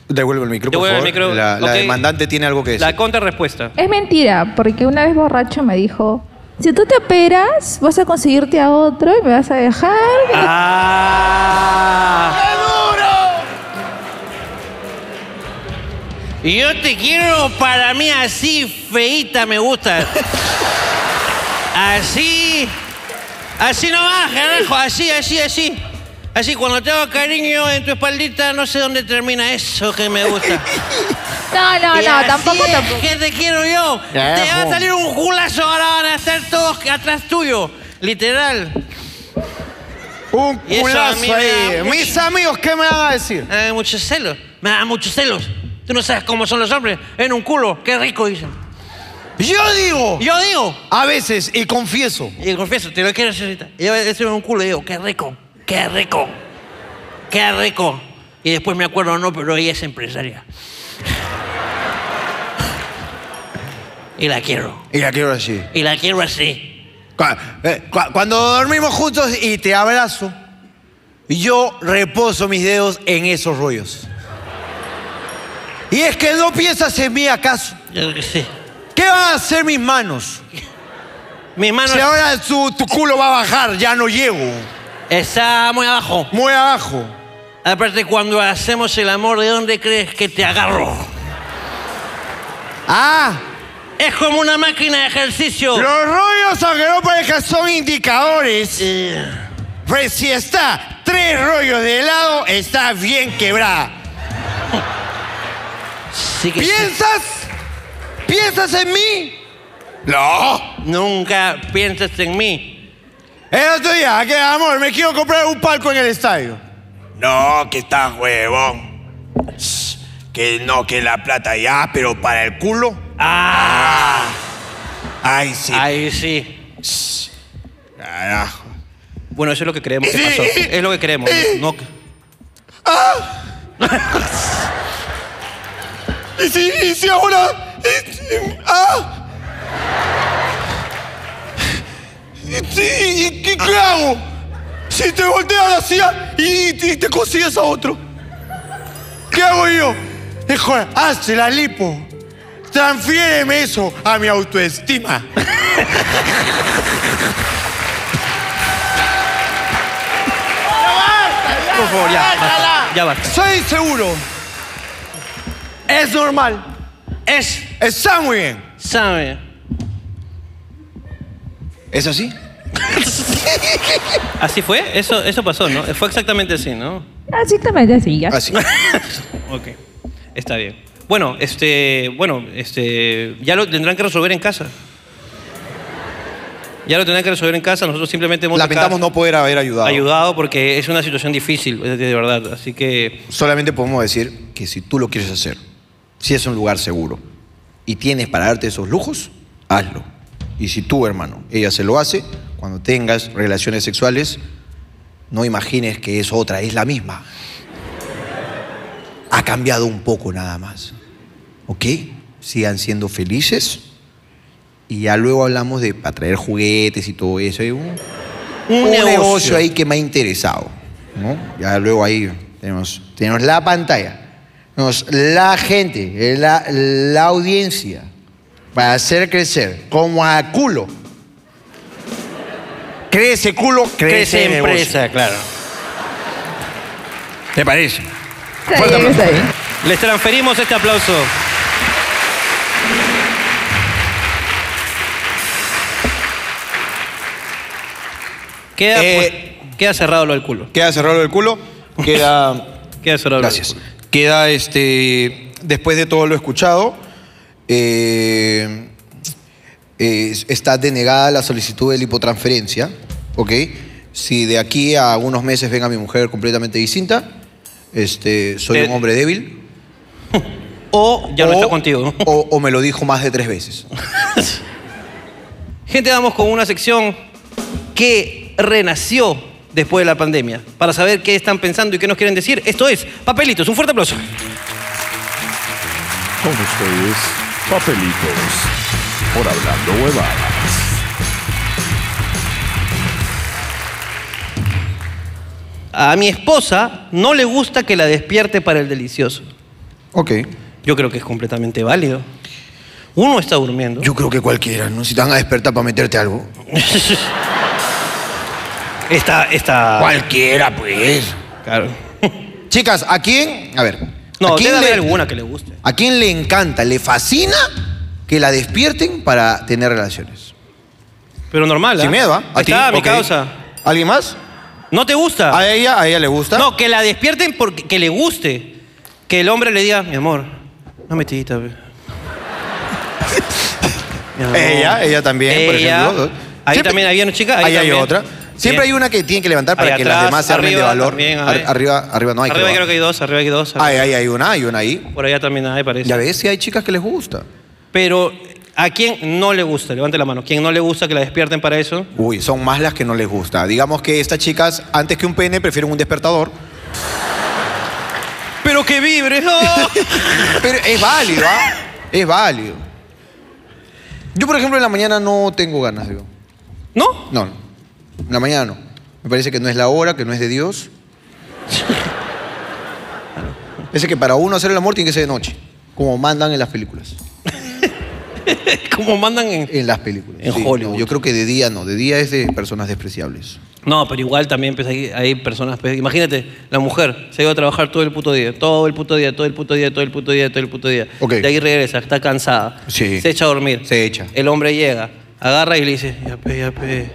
Speaker 1: Devuelve el micro, por
Speaker 5: Devuelve el
Speaker 1: favor.
Speaker 5: micro.
Speaker 1: La, la
Speaker 5: Ok.
Speaker 1: demandante tiene algo que decir.
Speaker 5: La contrarrespuesta.
Speaker 4: Es mentira, porque una vez borracho me dijo, si tú te operas, vas a conseguirte a otro y me vas a dejar.
Speaker 5: ¡Ah! ¡Qué duro! Yo te quiero para mí así, feita me gusta. Así. Así nomás, carajo. Así, así, así. Así, cuando te hago cariño en tu espaldita, no sé dónde termina eso que me gusta.
Speaker 4: No, no,
Speaker 5: Y
Speaker 4: no,
Speaker 5: así
Speaker 4: tampoco,
Speaker 5: es
Speaker 4: tampoco.
Speaker 5: que te quiero yo. Te va a salir un culazo, ahora van a estar todos atrás tuyo. Literal.
Speaker 1: Un
Speaker 5: Y eso a mí
Speaker 1: culazo
Speaker 5: me da
Speaker 1: ahí.
Speaker 5: mucho-
Speaker 1: Mis amigos, ¿qué me van a decir?
Speaker 5: Me da muchos celos. Me da muchos celos. Tú no sabes cómo son los hombres. En un culo. Qué rico, dicen.
Speaker 1: Yo digo,
Speaker 5: Yo digo.
Speaker 1: a veces, y confieso,
Speaker 5: Y confieso, te lo quiero decir ahorita. Yo eso en un culo y digo, qué rico. Qué rico. Qué rico. Y después me acuerdo, no, pero ella es empresaria. y la quiero.
Speaker 1: y la quiero así.
Speaker 5: Y la quiero así.
Speaker 1: Cu- eh, cu- Cuando dormimos juntos y te abrazo, yo reposo mis dedos en esos rollos. Y es que no piensas en mí acaso.
Speaker 5: Yo creo que sí.
Speaker 1: ¿Qué van a hacer mis manos?
Speaker 5: Mis manos
Speaker 1: Si ahora su- tu culo va a bajar, ya no llego.
Speaker 5: está muy abajo.
Speaker 1: Muy abajo.
Speaker 5: Aparte, cuando hacemos el amor, ¿de dónde crees que te agarro?
Speaker 1: Ah,
Speaker 5: Es como una máquina de ejercicio.
Speaker 1: los rollos, aunque no parezca, son indicadores.
Speaker 5: Eh,
Speaker 1: Pues si está tres rollos de lado, está bien quebrada.
Speaker 5: sí que sí.
Speaker 1: ¿Piensas? ¿Piensas en mí?
Speaker 5: Oh.
Speaker 1: No.
Speaker 5: Nunca piensas en mí.
Speaker 1: El otro día, que amor, me quiero comprar un palco en el estadio.
Speaker 9: No, que estás huevón. Que no, que la plata ya, pero para el culo.
Speaker 5: Ah,
Speaker 9: Ay, sí. Ah,
Speaker 5: ahí sí.
Speaker 9: Carajo.
Speaker 5: Bueno, eso es lo que creemos que pasó. Es lo que creemos. No,
Speaker 9: ¡Ah! <laughs> ¿Y si, y si ahora? y si- ah. ¿Y, si- y qué, qué hago? Si te volteas la silla y, y te consigues a otro.
Speaker 1: ¿Qué hago yo? Dijo, hazte la lipo. Transfiéreme eso a mi
Speaker 9: <laughs>
Speaker 1: autoestima.
Speaker 5: por favor, ya. Basta, ya basta.
Speaker 1: Soy inseguro. Es normal.
Speaker 5: Es,
Speaker 1: Está muy bien.
Speaker 5: ¿sabe?
Speaker 9: ¿Es así?
Speaker 5: ¿Así fue? Eso, eso pasó, ¿no? Fue exactamente así, ¿no?
Speaker 4: <laughs> Así también, así ya.
Speaker 9: Así.
Speaker 5: Ok. Está bien. Bueno, este, bueno, este, ya lo tendrán que resolver en casa. Ya lo tendrán que resolver en casa. Nosotros simplemente hemos
Speaker 1: Lamentamos
Speaker 5: acá
Speaker 1: no poder haber ayudado.
Speaker 5: ayudado porque es una situación difícil, de de verdad. Así que
Speaker 1: Solamente podemos decir que si tú lo quieres hacer, si es un lugar seguro y tienes para darte esos lujos, hazlo. Y si tú, hermano, ella se lo hace, cuando tengas relaciones sexuales, no imagines que es otra, es la misma. Ha cambiado un poco nada más. ¿Ok? Sigan siendo felices. Y ya luego hablamos de para traer juguetes y todo eso. y, uh,
Speaker 5: Un
Speaker 9: un, negocio.
Speaker 5: negocio
Speaker 9: ahí que me ha interesado. ¿no? Ya luego ahí tenemos, tenemos la pantalla, tenemos la gente, la, la audiencia, para hacer crecer, como a culo. Crece culo, crece,
Speaker 5: Crece
Speaker 9: negocio.
Speaker 5: empresa, claro.
Speaker 9: ¿Te parece?
Speaker 4: Está bien, está bien.
Speaker 5: Les transferimos este aplauso. Queda,
Speaker 1: Eh,
Speaker 5: pues, queda cerrado lo del culo.
Speaker 1: Queda cerrado el culo, queda
Speaker 5: <laughs> Queda cerrado
Speaker 1: Gracias.
Speaker 5: lo del culo.
Speaker 1: Queda este. Después de todo lo escuchado, eh, eh, está denegada la solicitud de la hipotransferencia, ¿ok? Si de aquí a unos meses venga mi mujer completamente distinta, este, soy
Speaker 5: Eh,
Speaker 1: un hombre débil.
Speaker 5: <laughs> O ya no
Speaker 1: o-
Speaker 5: está contigo.
Speaker 1: O, o me lo dijo más de tres veces.
Speaker 5: Gente, vamos con una sección que renació después de la pandemia para saber qué están pensando y qué nos quieren decir. Esto es Papelitos. Un fuerte aplauso.
Speaker 11: Con ustedes, papelitos. Por hablando huevadas.
Speaker 5: A mi esposa no le gusta que la despierte para el delicioso.
Speaker 1: Ok.
Speaker 5: Yo creo que es completamente válido. Uno está durmiendo.
Speaker 9: Yo creo que cualquiera, ¿no? Si te van a despertar para meterte algo.
Speaker 5: Está, está.
Speaker 9: Ah. Cualquiera, pues.
Speaker 5: Claro.
Speaker 1: Chicas, ¿a quién? A ver. ¿a
Speaker 5: No,
Speaker 1: quién
Speaker 5: debe
Speaker 1: le-
Speaker 5: haber alguna <laughs> que le guste.
Speaker 1: ¿A quién le encanta, le fascina que la despierten para tener relaciones?
Speaker 5: Pero normal. ¿ah?
Speaker 1: Sin miedo, ¿ah?
Speaker 5: Ahí
Speaker 1: ti?
Speaker 5: Está, mi
Speaker 1: Ok.
Speaker 5: causa.
Speaker 1: ¿Alguien más?
Speaker 5: ¿No te gusta?
Speaker 1: ¿A ella? ¿A ella le gusta?
Speaker 5: No, que la despierten porque que le guste. Que el hombre le diga, mi amor, una metidita.
Speaker 1: <laughs>
Speaker 5: pe". Mi amor.
Speaker 1: Ella, ella también, por
Speaker 5: Ella.
Speaker 1: ejemplo.
Speaker 5: Ahí
Speaker 1: Siempre-
Speaker 5: también había una chica.
Speaker 1: Ahí,
Speaker 5: Ahí,
Speaker 1: hay
Speaker 5: también.
Speaker 1: otra. Siempre
Speaker 5: Bien.
Speaker 1: hay una que tienen que levantar para
Speaker 5: Ahí
Speaker 1: que
Speaker 5: atrás,
Speaker 1: las demás se armen de
Speaker 5: arriba
Speaker 1: valor.
Speaker 5: también, a
Speaker 1: Ar-
Speaker 5: ver.
Speaker 1: arriba, arriba no hay.
Speaker 5: Arriba
Speaker 1: creo.
Speaker 5: creo que hay dos, arriba hay dos.
Speaker 1: Ah, ahí, ahí hay una, hay una ahí.
Speaker 5: Por allá también hay, parece.
Speaker 1: Ya ves, si hay chicas que les gusta.
Speaker 5: Pero, ¿a quién no le gusta? Levante la mano. ¿Quién no le gusta que la despierten para eso?
Speaker 1: Uy, son más las que no les gusta. Digamos que estas chicas, antes que un pene, prefieren un despertador.
Speaker 5: ¡Pero que vibre! ¡Oh!
Speaker 1: <laughs> Pero es válido, ¿ah? Es válido. Yo, por ejemplo, en la mañana no tengo ganas, digo.
Speaker 5: ¿No?
Speaker 1: No, no. En la mañana no. Me parece que no es la hora, que no es de
Speaker 5: <laughs>
Speaker 1: Dios. Parece que para uno hacer el amor tiene que ser de noche, como mandan en las películas.
Speaker 5: Como mandan en...
Speaker 1: En las películas.
Speaker 5: En
Speaker 1: sí,
Speaker 5: Hollywood.
Speaker 1: no, yo creo que de día no, de día es de personas despreciables.
Speaker 5: No, pero igual también pues, hay, hay personas. pues, imagínate, la mujer se ha ido a trabajar todo el puto día, todo el puto día, todo el puto día, todo el puto día, todo el puto día.
Speaker 1: Ok.
Speaker 5: De ahí regresa, está cansada.
Speaker 1: Sí.
Speaker 5: Se echa a dormir.
Speaker 1: Se echa.
Speaker 5: El hombre llega, agarra y le dice, ya pe, ya pe.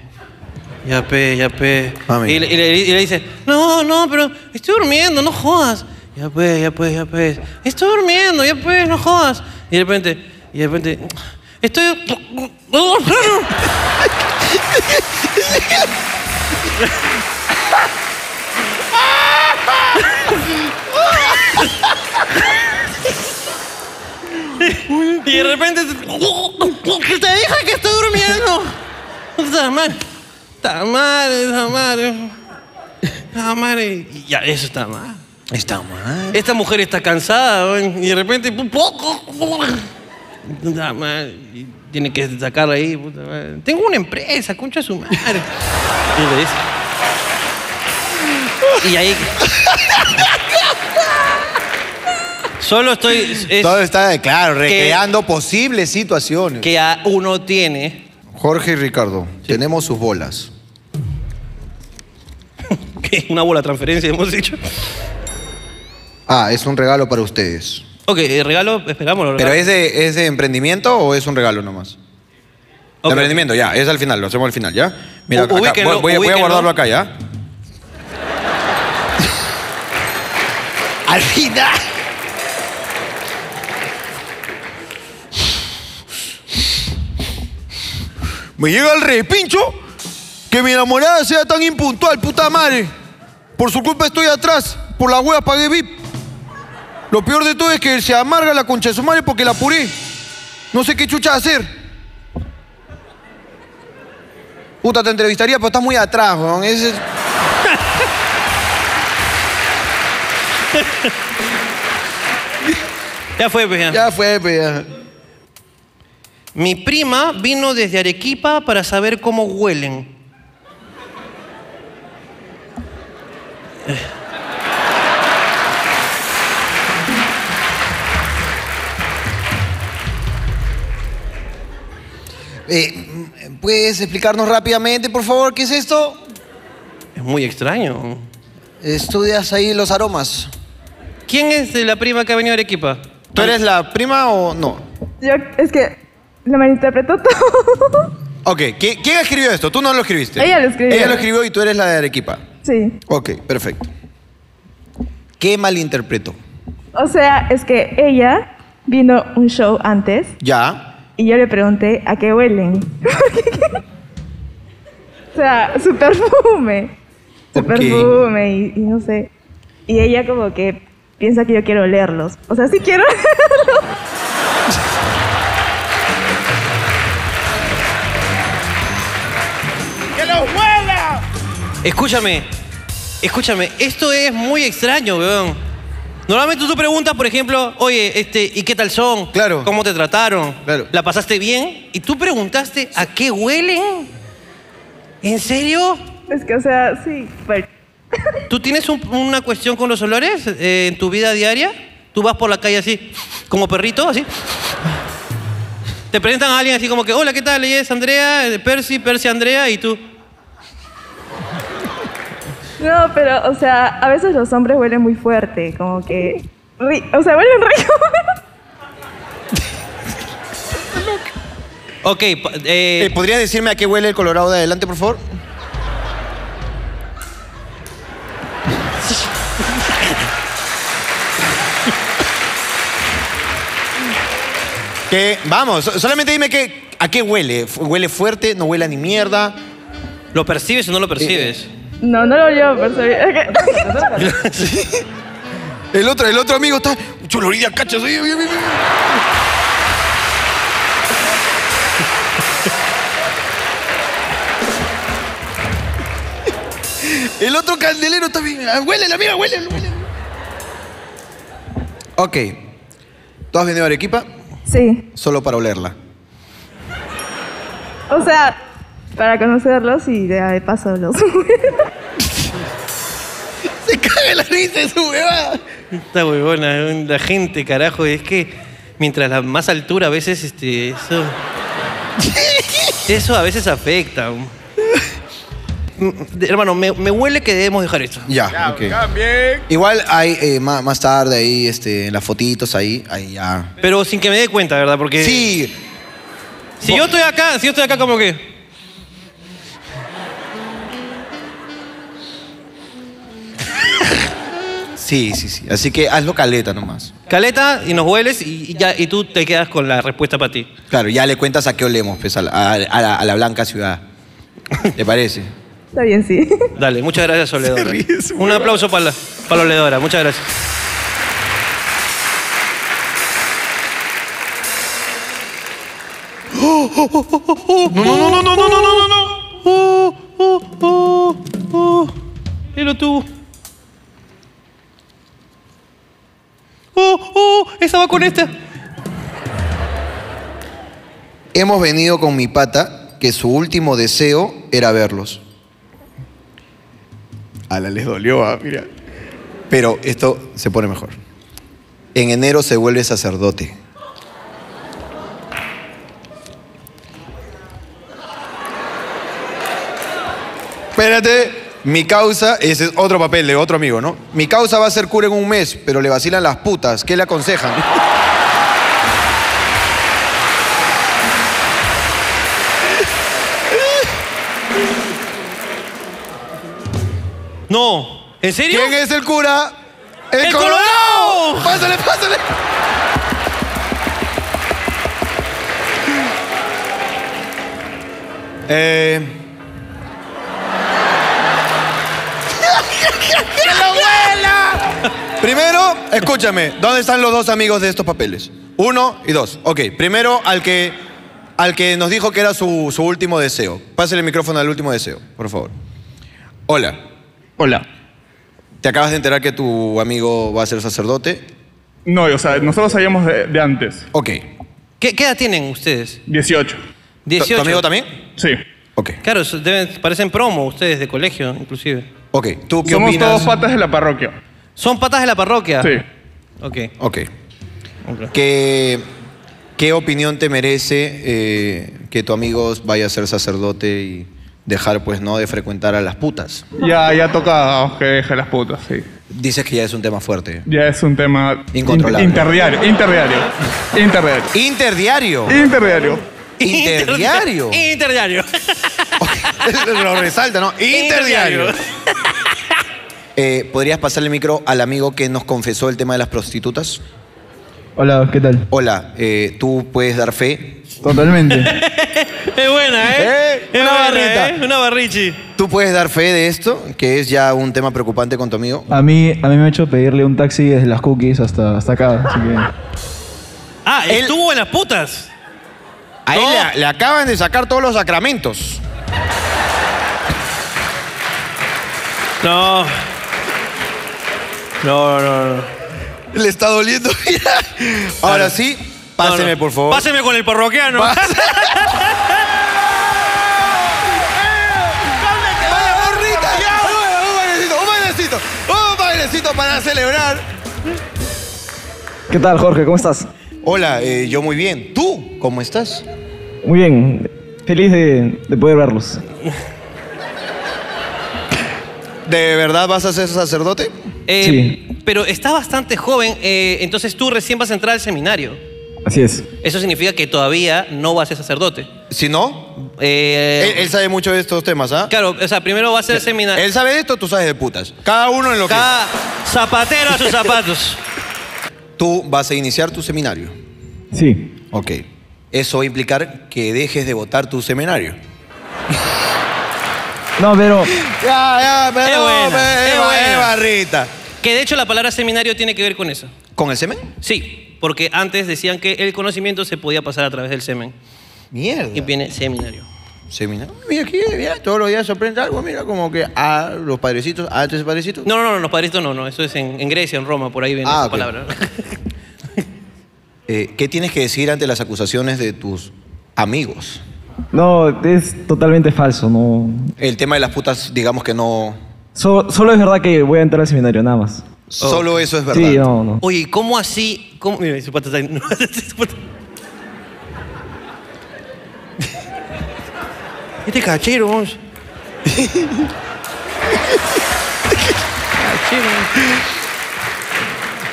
Speaker 5: Ya pe, ya pe.
Speaker 1: Mami.
Speaker 5: Y, le, y le- y le dice, no, no, pero estoy durmiendo, no jodas. Ya pe, ya pe, ya pe. Estoy durmiendo, ya pe, no jodas. Y de repente, y de repente, estoy. <laughs> Y de repente. ¡Que te dije que estoy durmiendo! ¡Está mal! ¡Está mal! ¡Está mal! ¡Está mal! Y ya, eso está mal.
Speaker 1: Está mal.
Speaker 5: Esta mujer está cansada weón, y de repente. pu- pu- Está mal. Y tiene que sacarla ahí. puta madre. Tengo una empresa, concha de su madre. Y le dice. Y ahí. Solo estoy. es-
Speaker 1: Todo está, claro, recreando
Speaker 5: recreando
Speaker 1: posibles situaciones.
Speaker 5: que a uno tiene
Speaker 1: Jorge y Ricardo, tenemos sus bolas.
Speaker 5: ¿Qué? Una bola de transferencia, hemos dicho.
Speaker 1: Ah, es un regalo para ustedes.
Speaker 5: Ok, el regalo, esperamos.
Speaker 1: ¿Pero es de, es de emprendimiento o es un regalo nomás? De Emprendimiento, ya, es al final, lo hacemos al final, ¿ya? Mira,
Speaker 5: U-
Speaker 1: acá, voy,
Speaker 5: ubíquenlo,
Speaker 1: voy a- voy a
Speaker 5: ubíquenlo.
Speaker 1: guardarlo acá, ¿ya?
Speaker 9: Al final.
Speaker 1: Me llega el repincho que mi enamorada sea tan impuntual, puta madre. Por su culpa estoy atrás, por la hueá pagué VIP. Lo peor de todo es que se amarga la concha de su madre porque la apuré. No sé qué chucha hacer. Puta, te entrevistaría, pero estás muy atrás, weón. Ese-
Speaker 5: Ya fue, pues, ya.
Speaker 1: Ya fue, pues, ya.
Speaker 5: Mi prima vino desde Arequipa para saber cómo huelen.
Speaker 12: Eh, ¿Puedes explicarnos rápidamente, por favor, qué es esto?
Speaker 5: Es muy extraño.
Speaker 12: Estudias ahí los aromas.
Speaker 5: ¿Quién es la prima que ha venido a Arequipa?
Speaker 12: ¿Tú eres la prima o no?
Speaker 13: Yo, es que lo malinterpretó todo. <laughs>
Speaker 1: Ok, ¿qui- ¿quién escribió esto? Tú no lo escribiste.
Speaker 13: Ella lo escribió.
Speaker 1: Ella lo escribió y tú eres la de Arequipa.
Speaker 13: sí.
Speaker 1: Ok, perfecto. ¿Qué malinterpretó?
Speaker 13: O sea, es que ella vino un show antes
Speaker 1: Ya.
Speaker 13: y yo le pregunté a qué huelen. <laughs> o sea, su perfume. Su
Speaker 1: Ok.
Speaker 13: perfume y, y no sé. Y ella como que piensa que yo quiero olerlos. O sea, sí quiero olerlos. <laughs>
Speaker 9: ¡Que lo huela!
Speaker 5: Escúchame, escúchame, esto es muy extraño, weón. Normalmente tú preguntas, por ejemplo, oye, este, ¿y qué tal son? Claro. ¿Cómo te trataron? Claro. ¿La pasaste bien? Y tú preguntaste a qué huelen. ¿En serio?
Speaker 13: Es que, o sea, sí. pues. Bueno,
Speaker 5: ¿Tú tienes un- una cuestión con los olores eh, en tu vida diaria? ¿Tú vas por la calle así, como perrito, así? Te presentan a alguien así como que, hola, ¿qué tal? Ella es Andrea, eh, Percy, Percy, Andrea, y tú...
Speaker 13: No, pero, o sea, a veces los hombres huelen muy fuerte, como que... ri- O sea, huelen rico.
Speaker 5: Ok, pa- eh,
Speaker 1: Eh, ¿Podría decirme a qué huele el colorado de adelante, por favor? <laughs> Que, vamos, so- solamente dime que, a qué huele. Fu- ¿Huele fuerte? ¿No huele a ni mierda? Eh,
Speaker 5: ¿lo percibes o no lo percibes?
Speaker 13: No, no lo yo, pero sabía que-
Speaker 1: El otro, el otro amigo está...
Speaker 12: Chulorilla, cachas. oye, oye, oye, oye. El otro candelero también. Ah, Huélelo, mira, huélelo, huélelo.
Speaker 1: Ok. ¿Tú has venido a Arequipa?
Speaker 13: <laughs> Sí,
Speaker 1: Solo para olerla.
Speaker 13: o sea, para conocerlos y de, de paso los... <laughs>
Speaker 12: Se caga la risa de su huevada.
Speaker 5: Está muy buena, la gente, carajo. Es que mientras la más altura, a veces este, eso. Eso a veces afecta. Mm, de- Hermano, me, me huele que debemos dejar esto.
Speaker 1: Ya, ok. Igual hay eh, ma- más, tarde ahí, este, en las fotitos ahí, ahí ya.
Speaker 5: Pero sin que me dé cuenta, ¿verdad? Porque.
Speaker 1: Sí,
Speaker 5: Si yo estoy acá, si yo estoy acá, como que.
Speaker 1: sí, sí, sí. Así que hazlo caleta nomás.
Speaker 5: Caleta y nos hueles y, y ya, y tú te quedas con la respuesta para ti.
Speaker 1: Claro, ya le cuentas a qué olemos, pues, a la, a la- a la- a la blanca ciudad. ¿Te parece?
Speaker 13: Está bien, sí.
Speaker 5: Dale, muchas gracias, Oledora. Un aplauso para la, para la Oledora, muchas gracias.
Speaker 6: No, no, no, no, no, no, no, no, no.
Speaker 5: Oh, oh, oh, oh. Y lo tuvo. <laughs> Oh, oh, esa va con esta.
Speaker 1: Hemos venido con mi pata, que su último deseo era verlos. A la les dolió, ah, mira. Pero esto se pone mejor. En enero se vuelve sacerdote. Espérate, mi causa, ese es otro papel de otro amigo, ¿no? Mi causa va a ser cura en un mes, pero le vacilan las putas. ¿Qué le aconsejan?
Speaker 5: No, ¿en serio?
Speaker 1: ¿Quién es el cura?
Speaker 5: ¡El Colorado!
Speaker 1: ¡Pásale, pásale! Eh,
Speaker 9: ¡Que lo huela!
Speaker 1: primero, escúchame, ¿dónde están los dos amigos de estos papeles? Uno y dos. Ok, primero al que, al que nos dijo que era su, su último deseo. Pásale el micrófono al último deseo, por favor. Hola,
Speaker 14: Hola.
Speaker 1: ¿te acabas de enterar que tu amigo va a ser sacerdote?
Speaker 15: No, o sea, nosotros sabíamos de, de antes.
Speaker 1: Ok.
Speaker 5: ¿Qué, qué edad tienen ustedes?
Speaker 15: 18.
Speaker 1: ¿Tu-
Speaker 5: 18.
Speaker 1: ¿Tu amigo también?
Speaker 15: Sí.
Speaker 1: Ok.
Speaker 5: Claro, so- deben- parecen promo ustedes de colegio, inclusive.
Speaker 1: Ok, Ok, ¿tú qué
Speaker 11: Somos
Speaker 1: opinas?
Speaker 11: todos patas de la parroquia.
Speaker 5: ¿Son patas de la parroquia?
Speaker 11: Sí.
Speaker 5: Ok.
Speaker 1: Ok. ¿Qué, qué opinión te merece eh, que tu amigo vaya a ser sacerdote y dejar, pues, no de frecuentar a las putas?
Speaker 11: Ya, ya toca que deje las putas, sí.
Speaker 1: Dices que ya es un tema fuerte.
Speaker 11: Ya es un tema
Speaker 1: Incontrolable.
Speaker 11: in- interdiario, interdiario, interdiario,
Speaker 1: Interdiario.
Speaker 11: interdiario.
Speaker 1: Interdiario.
Speaker 5: <laughs> Interdiario.
Speaker 1: <laughs> Lo resalta, ¿no? Interdiario. Eh, ¿Podrías pasarle el micro al amigo que nos confesó el tema de las prostitutas?
Speaker 16: Hola, ¿qué tal?
Speaker 1: Hola, eh, ¿tú puedes dar fe? <laughs>
Speaker 16: Totalmente.
Speaker 5: Es buena, ¿eh?
Speaker 1: ¡Eh!
Speaker 5: Es
Speaker 1: Una
Speaker 5: buena,
Speaker 1: barrita.
Speaker 5: ¿eh? Una barrichi.
Speaker 1: ¿Tú puedes dar fe de esto? Que es ya un tema preocupante con tu amigo.
Speaker 16: A mí, a mí me ha hecho pedirle un taxi desde las cookies hasta, hasta acá, así que...
Speaker 5: Ah, estuvo en las putas.
Speaker 1: A él le, le acaban de sacar todos los sacramentos.
Speaker 5: No. No, no, no.
Speaker 1: Le está doliendo. <laughs> Ahora sí, páseme, por favor.
Speaker 5: Páseme con el parroquiano. <laughs>
Speaker 1: ¡Vaya, morrita! ¡Un bailecito! ¡Un bailecito! ¡Un bailecito <laughs> para celebrar!
Speaker 16: ¿Qué tal, Jorge? ¿Cómo estás?
Speaker 1: Hola, eh, yo muy bien. ¿Tú cómo estás?
Speaker 16: Muy bien. Feliz de, de poder verlos.
Speaker 1: ¿De verdad vas a ser sacerdote?
Speaker 5: Eh, Pero está bastante joven, eh, entonces tú recién vas a entrar al seminario.
Speaker 16: Así es.
Speaker 5: Eso significa que todavía no vas a ser sacerdote.
Speaker 1: Si no,
Speaker 5: Eh,
Speaker 1: él, él sabe mucho de estos temas, ¿ah?
Speaker 5: claro, o sea, primero vas a ser seminario.
Speaker 1: Él sabe de esto, tú sabes de putas. Cada uno en lo
Speaker 5: Cada zapatero a sus zapatos.
Speaker 1: que. <laughs> Tú vas a iniciar tu seminario.
Speaker 16: Sí.
Speaker 1: Ok. Eso va a implicar que dejes de votar tu seminario.
Speaker 16: <laughs> No,
Speaker 1: <laughs>
Speaker 16: pero...
Speaker 1: Ya, eh. ya, Ah, pero.
Speaker 5: Es buena,
Speaker 1: pero,
Speaker 5: es buena.
Speaker 1: eh, barrita.
Speaker 5: Que de hecho la palabra seminario tiene que ver con eso.
Speaker 1: ¿Con el semen?
Speaker 5: Sí, porque antes decían que el conocimiento se podía pasar a través del semen.
Speaker 1: Mierda.
Speaker 5: Y viene seminario.
Speaker 1: Seminario. Mira aquí, mira, todos los días sorprende algo. Mira, como que ah, a los padrecitos, a estos padrecitos.
Speaker 5: No, no, no, los padritos no, no. Eso es en, en Grecia, en Roma, por ahí viene
Speaker 1: Ah,
Speaker 5: esa
Speaker 1: ok.
Speaker 5: palabra.
Speaker 1: Eh, ¿Qué tienes que decir ante las acusaciones de tus amigos?
Speaker 16: No, es totalmente falso, no...
Speaker 1: El tema de las putas, digamos que no.
Speaker 16: So- solo es verdad que voy a entrar al seminario, nada más.
Speaker 1: Solo eso es verdad.
Speaker 16: Sí, no, no.
Speaker 5: Oye, ¿y ¿cómo así? ¿Cómo? Mira, su pata está ahí. <laughs> Su pata- Este cachero, vamos. cachero.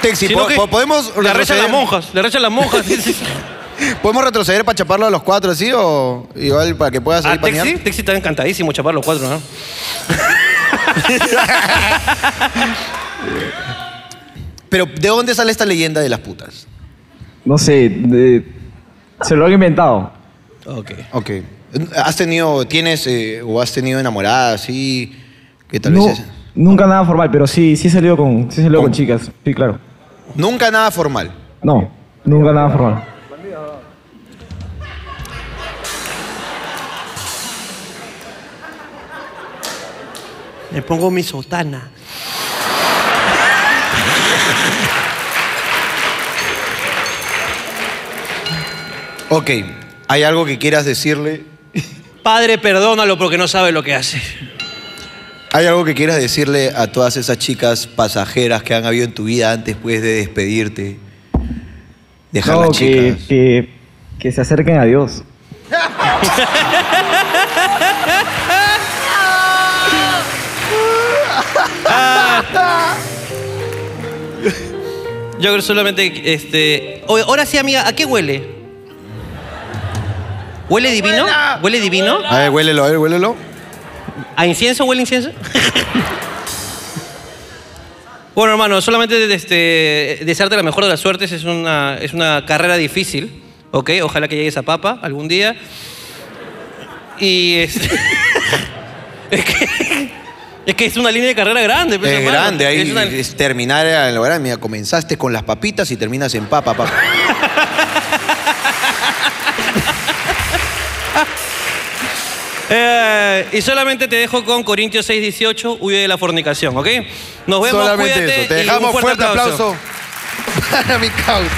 Speaker 1: Texi,
Speaker 5: Sino
Speaker 1: po-
Speaker 5: que
Speaker 1: po- podemos
Speaker 5: Le rechan
Speaker 1: retroceder.
Speaker 5: las monjas, le rechan
Speaker 1: <laughs>
Speaker 5: las monjas.
Speaker 1: ¿Podemos retroceder para chaparlo a los cuatro así o igual para que puedas
Speaker 5: ¿A
Speaker 1: salir pañal?
Speaker 5: Ah, Texi? Texi está encantadísimo chapar los
Speaker 1: <laughs>
Speaker 5: cuatro, ¿no?
Speaker 1: Pero ¿de dónde sale esta leyenda de las putas?
Speaker 16: No sé, de- se lo han inventado.
Speaker 5: Ok.
Speaker 1: Ok. ¿Has tenido, tienes eh, o has tenido enamoradas así? ¿Qué tal
Speaker 16: No,
Speaker 1: vez es?
Speaker 16: nunca nada formal, pero sí, sí he salido con, sí he salido con chicas. Sí, claro.
Speaker 1: Nunca nada formal.
Speaker 16: No, nunca nada formal.
Speaker 5: Le pongo mi sotana.
Speaker 1: Ok. ¿Hay algo que quieras decirle?
Speaker 5: Padre, perdónalo porque no sabe lo que hace.
Speaker 1: ¿Hay algo que quieras decirle a todas esas chicas pasajeras que han habido en tu vida antes después de despedirte? Dejar
Speaker 16: No,
Speaker 1: las
Speaker 16: que,
Speaker 1: chicas.
Speaker 16: que, que se acerquen a Dios.
Speaker 5: Ah, Yo creo solamente, este... Oye, ahora sí, amiga, ¿a qué huele? ¿Huele divino? ¿Huele divino?
Speaker 1: A ver, huélelo, a ver, huélelo.
Speaker 5: ¿A incienso huele a incienso? <laughs> bueno, hermano, solamente de- de este, desearte la mejor de las suertes. Es una, es una carrera difícil, ¿ok? Ojalá que llegues a papa algún día. Y es... <laughs> es que... Es que es una línea de carrera grande. pues,
Speaker 1: Es
Speaker 5: hermano.
Speaker 1: grande, ahí
Speaker 5: Es una-
Speaker 1: es terminar en lo grande. Mira, comenzaste con las papitas y terminas en papa, papá.
Speaker 5: Eh, y solamente te dejo con Corintios 6:18, huye de la fornicación, ¿ok? Nos vemos,
Speaker 1: Solamente
Speaker 5: cuídate
Speaker 1: eso. Te
Speaker 5: y un
Speaker 1: dejamos fuerte, aplauso. para mi causa.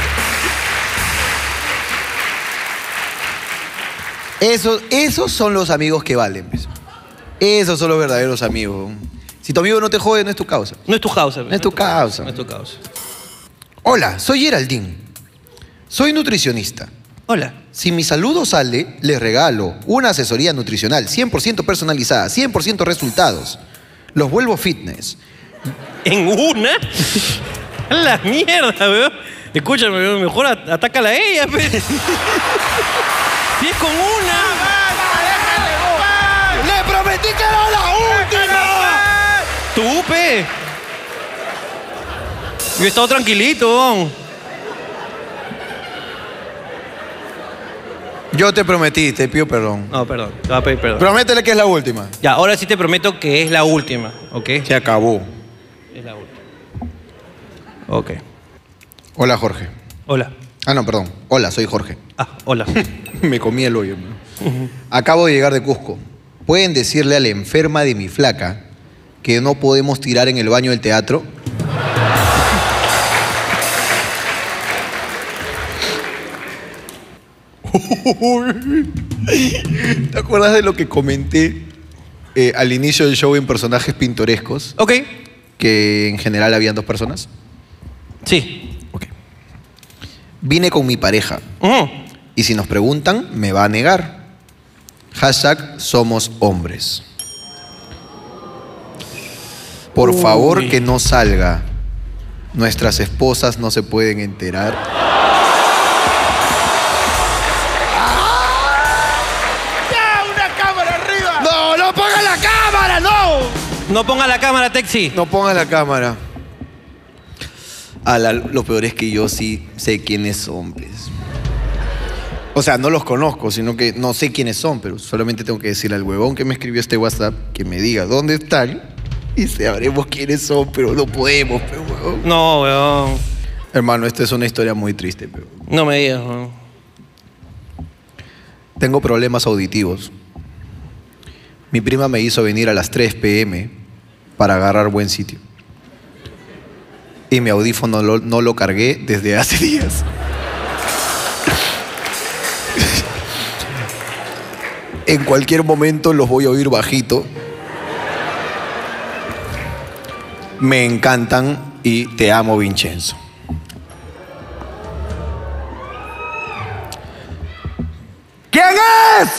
Speaker 1: Esos, esos son los amigos que valen. pues. Esos son los verdaderos amigos. Si tu amigo no te jode, no es tu causa.
Speaker 5: No es tu causa.
Speaker 1: No es tu causa.
Speaker 5: No es tu causa.
Speaker 1: Hola, soy Geraldine. Soy nutricionista.
Speaker 5: Hola.
Speaker 1: Si mi saludo sale, les regalo una asesoría nutricional 100% personalizada, 100% resultados. Los vuelvo fitness.
Speaker 5: ¿En uh, una? <laughs> La mierda, weón. Escúchame, weón, mejor at- atácala a ella, pe.
Speaker 1: <laughs>
Speaker 5: Si es con una.
Speaker 9: ¡Le prometí que era la última!
Speaker 5: ¡Tú, pe! Yo he estado tranquilito, weón.
Speaker 1: Yo te prometí, te pido perdón.
Speaker 5: No, perdón. Te voy a pedir Ah, perdón.
Speaker 1: Prométele que es la última.
Speaker 5: Ya, ahora sí te prometo que es la última, ¿ok?
Speaker 1: Se acabó.
Speaker 5: Es la última. Ok.
Speaker 1: Hola, Jorge.
Speaker 5: Hola.
Speaker 1: Ah, no, perdón. Hola, soy Jorge.
Speaker 5: Ah, hola.
Speaker 1: <laughs> Me comí el hoyo. man. Acabo de llegar de Cusco. ¿Pueden decirle a la enferma de mi flaca que no podemos tirar en el baño del teatro? <laughs> ¿Te acuerdas de lo que comenté eh, al inicio del show en personajes pintorescos?
Speaker 5: Ok.
Speaker 1: Que en general habían dos personas.
Speaker 5: Sí.
Speaker 1: Vine con mi pareja. Y si nos preguntan, me va a negar. Hashtag somos hombres. Por favor
Speaker 5: Uy.
Speaker 1: que no salga. Nuestras esposas no se pueden enterar.
Speaker 9: ¡Ya! ¡Una cámara arriba! ¡No, no ponga la cámara, no!
Speaker 5: No ponga la cámara, Texi.
Speaker 1: No ponga la cámara. lo peor es que yo sí sé quiénes son. pues. O sea, no los conozco, sino que no sé quiénes son, pero solamente tengo que decirle al huevón que me escribió este WhatsApp que me diga dónde están y sabremos quiénes son, pero no podemos, pero huevón.
Speaker 5: No, weón.
Speaker 1: Hermano, esta es una historia muy triste, pero
Speaker 5: No me digas, weón.
Speaker 1: tengo problemas auditivos. Mi prima me hizo venir a las 3 pm para agarrar buen sitio. Y mi audífono lo- no lo cargué desde hace <laughs> días. en cualquier momento los voy a oír bajito. Me encantan y te amo, Vincenzo. ¿Quién es?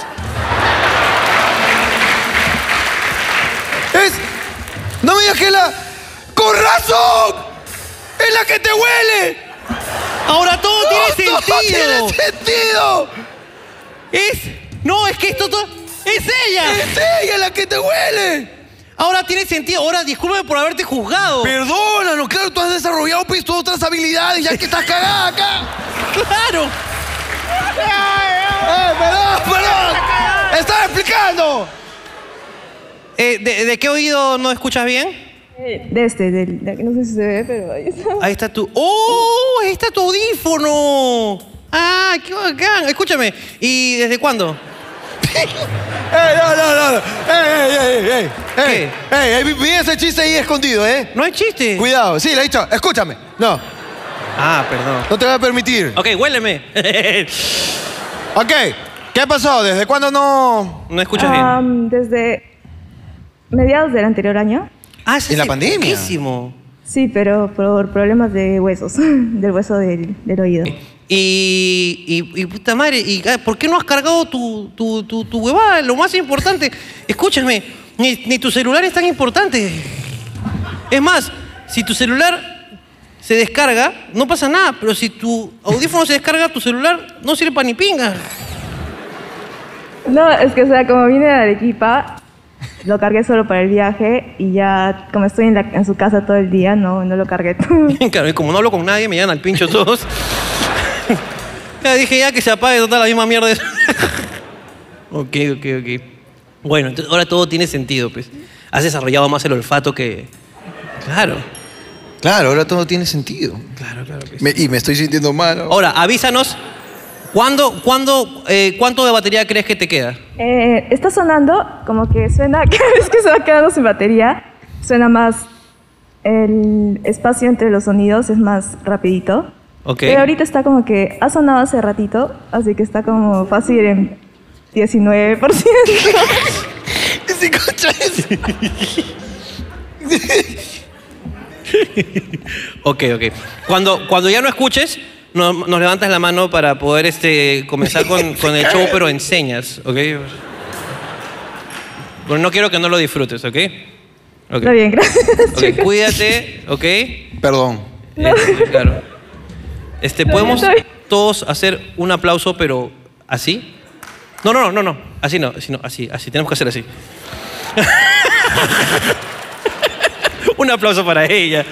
Speaker 1: Es. No me digas que es la. ¡Con razón! ¡Es la que te huele!
Speaker 5: Ahora todo tiene
Speaker 1: ¡No, todo
Speaker 5: sentido.
Speaker 1: tiene sentido!
Speaker 5: Es. No, es que esto todo. ¡Es ella!
Speaker 1: ¡Es ella la que te huele!
Speaker 5: Ahora tiene sentido. Ahora discúlpame por haberte juzgado.
Speaker 1: Perdónanos, claro, tú has desarrollado pues, tus otras habilidades ya que estás cagada acá.
Speaker 5: ¡Claro!
Speaker 1: ¡Eh, perdón, perdón! ¡Estaba explicando!
Speaker 5: Eh, ¿de, de qué oído no escuchas bien?
Speaker 13: De este, del, de- no sé si se ve, pero ahí está.
Speaker 5: Ahí está tu. ¡Oh! Ahí está tu audífono. ¡Ah, qué bacán! Escúchame. ¿Y desde cuándo?
Speaker 1: ¡Ey, ¡Eh, no, no, no! ¡Eh, no. ¡Ey, ey, ey, ey! ¡Ey, ey! ey, eh! vi- vi ese chiste ahí escondido, eh!
Speaker 5: No hay chiste.
Speaker 1: Cuidado, sí, le he dicho, escúchame. No,
Speaker 5: Ah, perdón.
Speaker 1: no te voy a permitir.
Speaker 5: Ok, huéleme. <laughs>
Speaker 1: Ok, ¿qué pasó? ¿Desde cuándo no...?
Speaker 5: no escuchas bien.
Speaker 13: Am, desde mediados del anterior año.
Speaker 5: Ah, sí.
Speaker 1: en la
Speaker 5: sí,
Speaker 1: pandemia.
Speaker 5: poquísimo.
Speaker 13: Sí, pero por problemas de huesos, <laughs> del hueso del, del oído.
Speaker 5: Eh. Y, y, y puta madre, y, ah, ¿por qué no has cargado tu, tu, tu, tu huevada? Lo más importante, escúchame, ni, ni tu celular es tan importante. Es más, si tu celular se descarga, no pasa nada, pero si tu audífono se descarga, tu celular no sirve para ni pinga.
Speaker 13: No, es que, o sea, como vine de Arequipa, lo cargué solo para el viaje y ya, como estoy en, la- en su casa todo el día, no, no lo cargué <laughs> todo.
Speaker 5: Claro, y como no hablo con nadie, me llegan al pincho
Speaker 1: <laughs>
Speaker 5: todos. ya dije ya que se apague total la misma mierda. ok, ok, ok. Bueno, entonces ahora todo tiene sentido, pues. Has desarrollado más el olfato que. Claro,
Speaker 1: Claro, ahora todo tiene sentido.
Speaker 5: claro, claro que sí.
Speaker 1: Me- y me estoy sintiendo mal.
Speaker 5: Ahora, avísanos. ¿Cuándo, cuándo, eh, ¿Cuánto de batería crees que te queda?
Speaker 13: Eh, está sonando, como que suena, <laughs> cada vez que se va quedando sin batería, suena más, el espacio entre los sonidos es más rapidito.
Speaker 5: Ok.
Speaker 13: Pero Eh, ahorita está como que ha sonado hace ratito, así que está como fácil en 19%.
Speaker 17: <laughs>
Speaker 1: ¿Sí, concha?
Speaker 5: ok, ok. Cuando, cuando ya no escuches, no- nos levantas la mano para poder este, comenzar con, con el show, pero enseñas, ¿ok? Pero no quiero que no lo disfrutes, ¿ok? Ok.
Speaker 4: Está bien, gracias. <laughs>
Speaker 5: Ok, cuídate, ¿ok? Perdón. claro. Este,
Speaker 4: No,
Speaker 5: ¿podemos
Speaker 4: yo estoy-
Speaker 5: todos hacer un aplauso, pero así? No, no, no, no, no. Así no, así no, así, así. Tenemos que hacer así. <laughs> un aplauso para ella.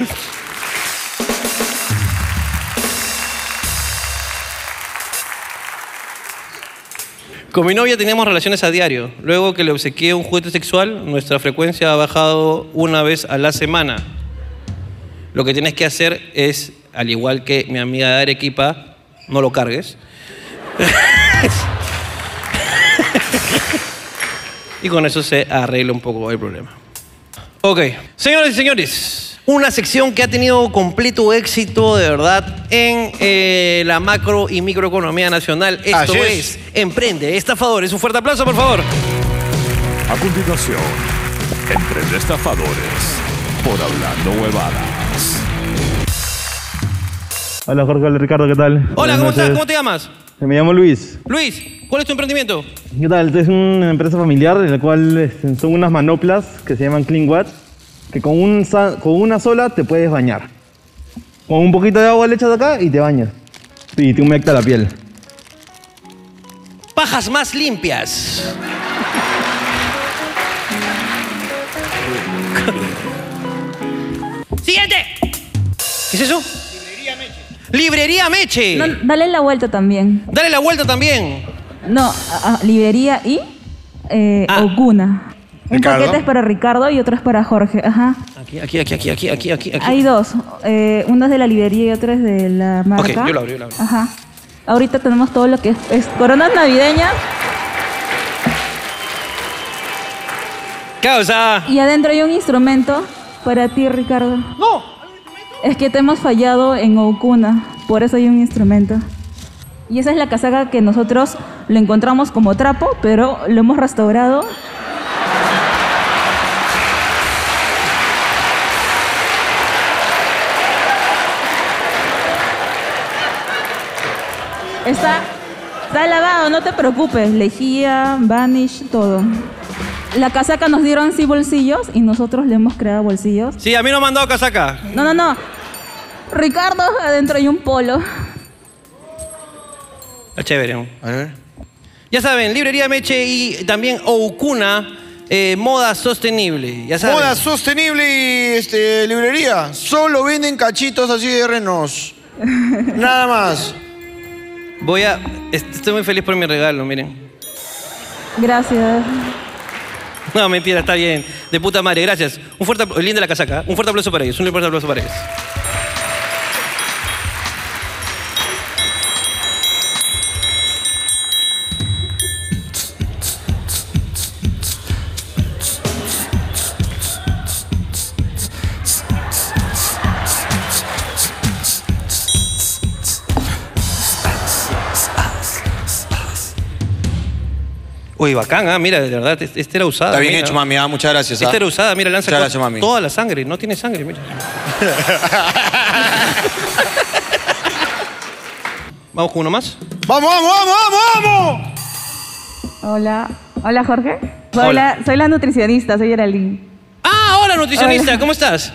Speaker 5: Con mi novia teníamos relaciones a diario. Luego que le obsequié un juguete sexual, nuestra frecuencia ha bajado una vez a la semana. Lo que tienes que hacer es, al igual que mi amiga de Arequipa, no lo cargues. <laughs> y con eso se arregla un poco el problema. Ok, señores y señores, una sección que ha tenido completo éxito de verdad en eh, la macro y microeconomía nacional. Esto
Speaker 18: Así
Speaker 5: es.
Speaker 18: es.
Speaker 5: Emprende Estafadores. Un fuerte aplauso, por favor.
Speaker 18: A continuación, Emprende Estafadores por Hablando Huevadas.
Speaker 6: Hola Jorge, hola Ricardo, ¿qué tal?
Speaker 5: Hola,
Speaker 6: Buenas
Speaker 5: ¿cómo estás?
Speaker 6: noches.
Speaker 5: ¿Cómo te llamas?
Speaker 6: Me llamo Luis.
Speaker 5: Luis, ¿cuál es tu emprendimiento?
Speaker 6: ¿Qué tal? Es una empresa familiar en la cual este, son unas manoplas que se llaman Clean Watt, que con, un sa- con una sola te puedes bañar. Con un poquito de agua le echas acá y te bañas. Y te humecta la piel.
Speaker 5: Pajas más limpias. Siguiente. ¿Qué es eso? Librería Meche.
Speaker 19: No, dale la vuelta también.
Speaker 5: Dale la vuelta también.
Speaker 19: No, a- a- librería y eh, Oguna. Un
Speaker 5: Ricardo.
Speaker 19: paquete es para Ricardo y otro es para Jorge. Ajá.
Speaker 5: Aquí, aquí, aquí, aquí, aquí, aquí, aquí. aquí.
Speaker 19: Hay dos. Eh, uno es de la librería y otro es de la marca.
Speaker 5: yo lo abro, yo lo abro.
Speaker 19: Ajá. Ahorita tenemos todo lo que es, es coronas navideñas
Speaker 5: Causa.
Speaker 19: y adentro hay un instrumento para ti, Ricardo.
Speaker 5: ¡No!
Speaker 19: Es que te hemos fallado en Oguna, por eso hay un instrumento. Y esa es la casaca que nosotros lo encontramos como trapo, pero lo hemos restaurado Está, está lavado, no te preocupes. Lejía, vanish, todo. La casaca nos dieron sí bolsillos y nosotros le hemos creado bolsillos.
Speaker 5: Sí, a mí no me han dado casaca.
Speaker 19: No, no, no. Ricardo, adentro hay un polo.
Speaker 5: Está chévere. ¿no? Ya saben, Librería Meche y también Oukuna, eh, moda sostenible. Ya saben.
Speaker 1: Moda sostenible y este, librería. Solo venden cachitos así de renos. Nada más.
Speaker 5: Voy a. est- Estoy muy feliz por mi regalo, miren.
Speaker 19: Gracias.
Speaker 5: <laughs> No, mentira, está bien. De puta madre, gracias. Un fuerte apl- Linda la casaca. ¿eh? Un fuerte aplauso para ellos. Un fuerte aplauso para ellos. Uy, bacán, ah, mira, de verdad, este este era usada.
Speaker 1: Está bien
Speaker 5: mira.
Speaker 1: hecho, mami. ah, muchas gracias. ah.
Speaker 5: Esta era usada, mira, lanza
Speaker 1: Muchas gracias, mami.
Speaker 5: toda la sangre, no tiene
Speaker 1: <laughs>
Speaker 5: sangre, mira. Vamos con uno más.
Speaker 1: ¡Vamos, vamos, vamos, vamos, vamos!
Speaker 4: Hola. Hola, Jorge.
Speaker 5: Soy Hola.
Speaker 4: soy la nutricionista, soy Geraldine.
Speaker 5: Ah, hola nutricionista,
Speaker 4: Hola.
Speaker 5: ¿cómo estás?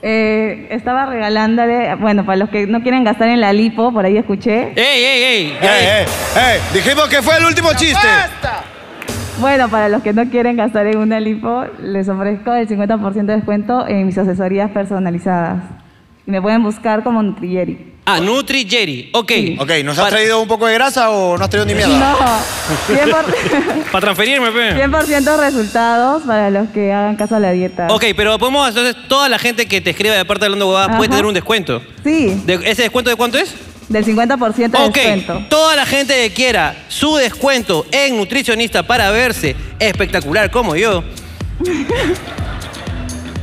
Speaker 4: Eh, estaba regalándole, bueno, para los que no quieren gastar en la lipo, por ahí escuché.
Speaker 5: ¡Ey, ey, ey!
Speaker 1: ¡Ey, ey! ey Dijimos que fue el último chiste.
Speaker 4: Bueno, para los que no quieren gastar en una lipo, les ofrezco el 50% de descuento en mis asesorías personalizadas. Me pueden buscar como Nutrieri.
Speaker 5: Ah, Nutri Jerry, ok.
Speaker 1: Ok, ¿nos has traído un poco de grasa o no has traído ni mierda?
Speaker 5: <laughs>
Speaker 4: No, 100%,
Speaker 5: Para transferirme, pe.
Speaker 4: 100% resultados para los que hagan caso a la dieta.
Speaker 5: Ok, pero podemos, entonces, toda la gente que te escribe de parte de Hablando Huevadas puede
Speaker 4: Ajá.
Speaker 5: tener un descuento.
Speaker 4: Sí,
Speaker 5: De- ¿Ese descuento de cuánto es?
Speaker 4: del 50% de
Speaker 5: Ok,
Speaker 4: descuento.
Speaker 5: toda la gente que quiera su descuento en Nutricionista para verse espectacular
Speaker 4: <laughs>
Speaker 5: como yo.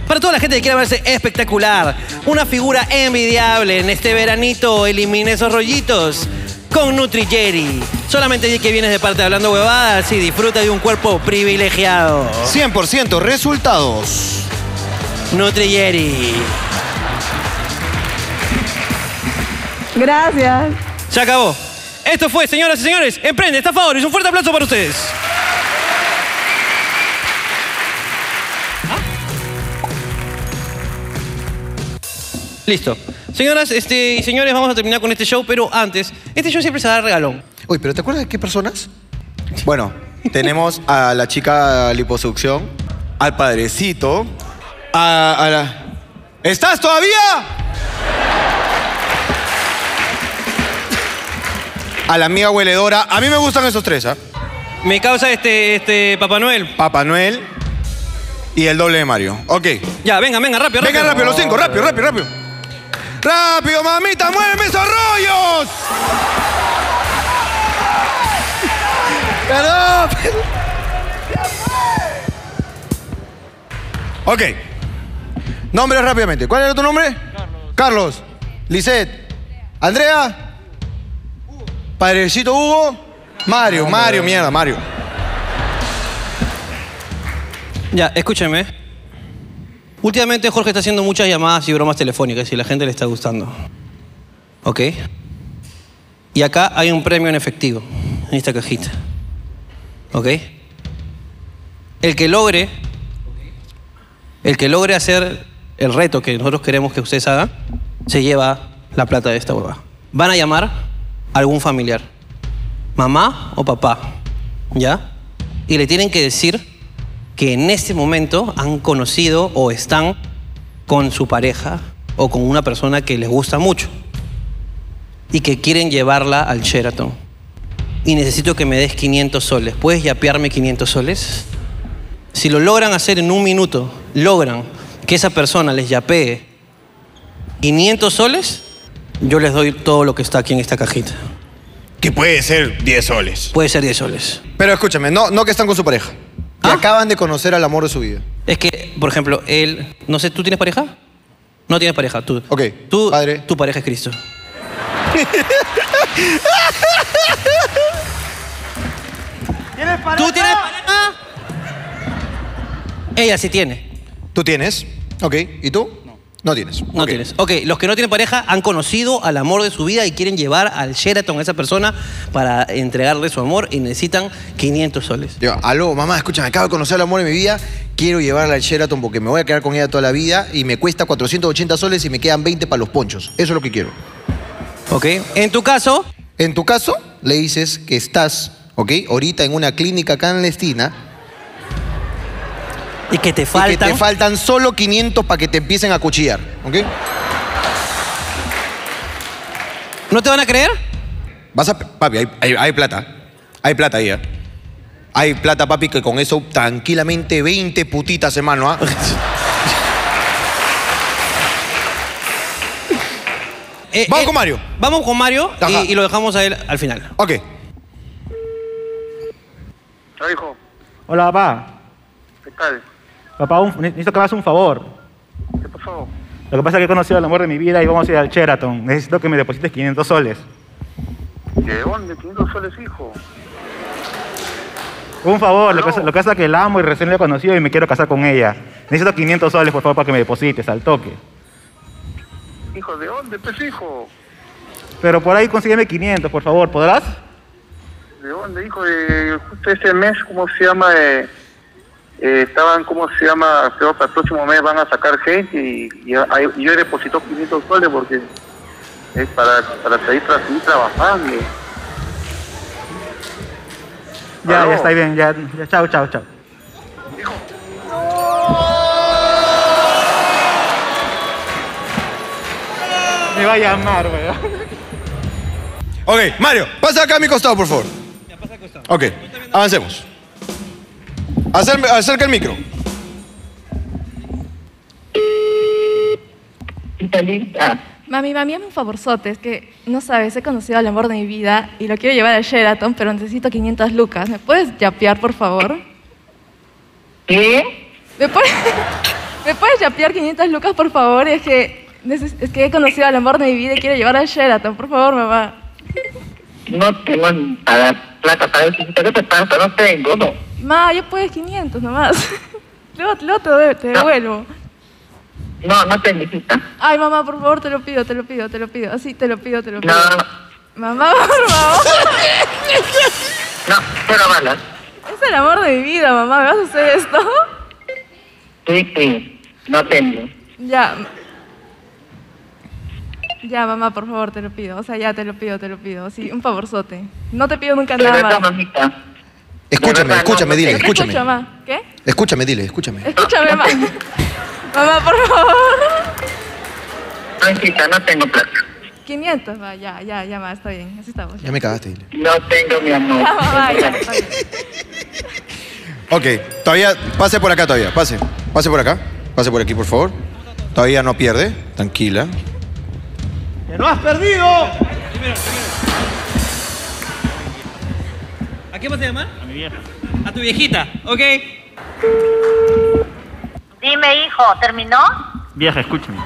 Speaker 5: Para toda la gente que quiera verse espectacular, una figura envidiable en este veranito, elimine esos rollitos con NutriJerry. Solamente di que vienes de parte de Hablando Huevadas y disfruta de un cuerpo privilegiado.
Speaker 1: 100% resultados.
Speaker 5: NutriJerry.
Speaker 20: Gracias.
Speaker 5: Se acabó. Esto fue, señoras y señores, Emprende, Estafadores. Un fuerte aplauso para ustedes. Listo. Señoras este, y señores, vamos a terminar con este show, pero antes, este show siempre se da regalón.
Speaker 1: Uy, pero ¿te acuerdas de qué personas? Bueno, tenemos a la chica liposucción, al padrecito, a, a la... ¿Estás todavía? A la amiga hueledora. A mí me gustan esos tres, ¿ah?
Speaker 5: Me causa este, este Papá Noel.
Speaker 1: Papá Noel y el doble de Mario. Ok.
Speaker 5: Ya, Ah, venga, venga, rápido, rápido.
Speaker 1: Venga rápido, los cinco, rápido, rápido, rápido. ¡Rápido, mamita! ¡Muéveme esos rollos! ¡Perdón! Ok. Nombres rápidamente. ¿Cuál era tu nombre? Carlos. Carlos. Lisette. Andrea. Padrecito Hugo. Mario, Mario, mierda, Mario.
Speaker 5: Ya, escúcheme. Últimamente Jorge está haciendo muchas llamadas y bromas telefónicas y la gente le está gustando. ¿Ok? Y acá hay un premio en efectivo, en esta cajita. ¿Ok? El que logre, el que logre hacer el reto que nosotros queremos que ustedes hagan, se lleva la plata de esta hueva. Van a llamar a algún familiar, mamá o papá, ¿ya? Y le tienen que decir que en este momento han conocido o están con su pareja o con una persona que les gusta mucho y que quieren llevarla al Sheraton. Y necesito que me des 500 soles. ¿Puedes yapearme 500 soles? Si lo logran hacer en un minuto, logran que esa persona les yapee 500 soles, yo les doy todo lo que está aquí en esta cajita.
Speaker 1: Que puede ser 10 soles.
Speaker 5: Puede ser 10 soles.
Speaker 1: Pero escúchame, no, no que están con su pareja. Que acaban de conocer al amor de su vida.
Speaker 5: Es que, por ejemplo, él. No sé, ¿tú tienes pareja? No tienes pareja, tú.
Speaker 1: Ok.
Speaker 5: Tú, Tu pareja es Cristo. ¿Tú tienes pareja? Ella sí tiene.
Speaker 1: ¿Tú tienes? Ok. ¿Y tú? No. No tienes.
Speaker 5: No tienes. Ok, los que no tienen pareja han conocido al amor de su vida y quieren llevar al Sheraton a esa persona para entregarle su amor y necesitan 500 soles.
Speaker 1: Yo, aló, mamá, escúchame, acabo de conocer al amor de mi vida, quiero llevarla al Sheraton porque me voy a quedar con ella toda la vida y me cuesta 480 soles y me quedan 20 para los ponchos. Eso es lo que quiero.
Speaker 5: Ok. En tu caso.
Speaker 1: En tu caso, le dices que estás, ok, ahorita en una clínica clandestina.
Speaker 5: Y que te
Speaker 1: faltan. que te faltan solo 500 para que te empiecen a cuchillar, ¿ok?
Speaker 5: ¿No te van a creer?
Speaker 1: Vas a. Papi, hay, hay- hay plata. Hay plata ahí, ¿ah? Hay plata, papi, que con eso tranquilamente 20 putitas, hermano, ¿ah?
Speaker 5: vamos con Mario. Eh, Vamos con Mario y- y, lo dejamos a él al final.
Speaker 1: Ok.
Speaker 9: hijo,
Speaker 6: Hola, papá.
Speaker 9: ¿qué tal?
Speaker 6: Papá, un- necesito que me hagas un favor.
Speaker 9: ¿Qué pasó?
Speaker 6: Lo que pasa es que he conocido al amor de mi vida y vamos a ir al Sheraton. Necesito que me deposites 500 soles.
Speaker 9: ¿De dónde? 500 soles, hijo.
Speaker 6: Un favor, lo que, lo que pasa es que la amo y recién la he conocido y me quiero casar con ella. Necesito 500 soles, por favor, para que me deposites al toque.
Speaker 9: Hijo, ¿de dónde, pues, hijo?
Speaker 6: Pero por ahí consígueme 500, por favor, ¿podrás?
Speaker 9: ¿De dónde, hijo? Eh, justo este mes, ¿cómo se llama? Eh, eh, estaban, ¿cómo se llama? Creo que el próximo mes van a sacar gente y, y ahí- y yo deposito 500 soles porque es para, para seguir, tra- seguir trabajando.
Speaker 6: Ya,
Speaker 9: Aló.
Speaker 6: ya está bien, ya, ya, chao, chao, chao. Me va a llamar, weón.
Speaker 1: Ok, Mario, pasa acá a mi costado, por favor. Ok, avancemos. Acerme- acerca el micro.
Speaker 7: <laughs>
Speaker 21: Mami, mami, hazme un favorzote. Es que, no sabes, he conocido al amor de mi vida y lo quiero llevar al Sheraton, pero necesito 500 lucas. ¿Me puedes yapear, por favor? ¿Qué? ¿Me puedes, ¿me puedes yapear 500 lucas, por favor? Es que, neces- es que he conocido al amor de mi vida y quiero llevar al Sheraton. Por favor, mamá.
Speaker 9: No tengo para plata para eso. ¿Qué te pasa? No tengo, no.
Speaker 21: <laughs> Ma, yo puedes 500 nomás. Luego, luego te, doy- te devuelvo.
Speaker 7: No, no te necesita.
Speaker 21: Ay, mamá, por favor, te lo pido, te lo pido, te lo pido. Así, te lo pido, te lo pido.
Speaker 7: No.
Speaker 21: Mamá, por favor.
Speaker 7: No, cero balas.
Speaker 21: Es el amor de mi vida, mamá. ¿Me vas a hacer esto?
Speaker 7: Sí, sí. No tengo.
Speaker 21: Ya. Ya, mamá, por favor, te lo pido. O sea, ya te lo pido, te lo pido. Sí, un favorzote. No te pido nunca
Speaker 7: De
Speaker 21: nada
Speaker 7: verdad,
Speaker 21: más.
Speaker 7: mamita.
Speaker 1: Escúchame,
Speaker 7: verdad,
Speaker 1: escúchame,
Speaker 7: no,
Speaker 1: dile,
Speaker 7: no te
Speaker 1: escúchame.
Speaker 21: Escucha, mamá. ¿Qué?
Speaker 1: Escúchame, dile, escúchame.
Speaker 21: Escúchame, mamá.
Speaker 7: <laughs>
Speaker 21: mamá, por favor. <laughs>
Speaker 7: Franquita, no tengo plata.
Speaker 21: 500, va, ya, ya, ya, mamá, está bien. Así estamos.
Speaker 1: Ya me cagaste, dile.
Speaker 7: No tengo, mi amor.
Speaker 21: Ya, mamá, ya, está bien.
Speaker 22: Ok, todavía, pase por acá todavía, pase. Pase por acá, pase por aquí, por favor. Todavía no pierde, tranquila.
Speaker 23: ¡Que no has perdido!
Speaker 24: ¿A qué vas a llamar? A mi vieja. A tu viejita, ok.
Speaker 9: Dime, hijo, ¿terminó?
Speaker 12: Vieja, escúchame.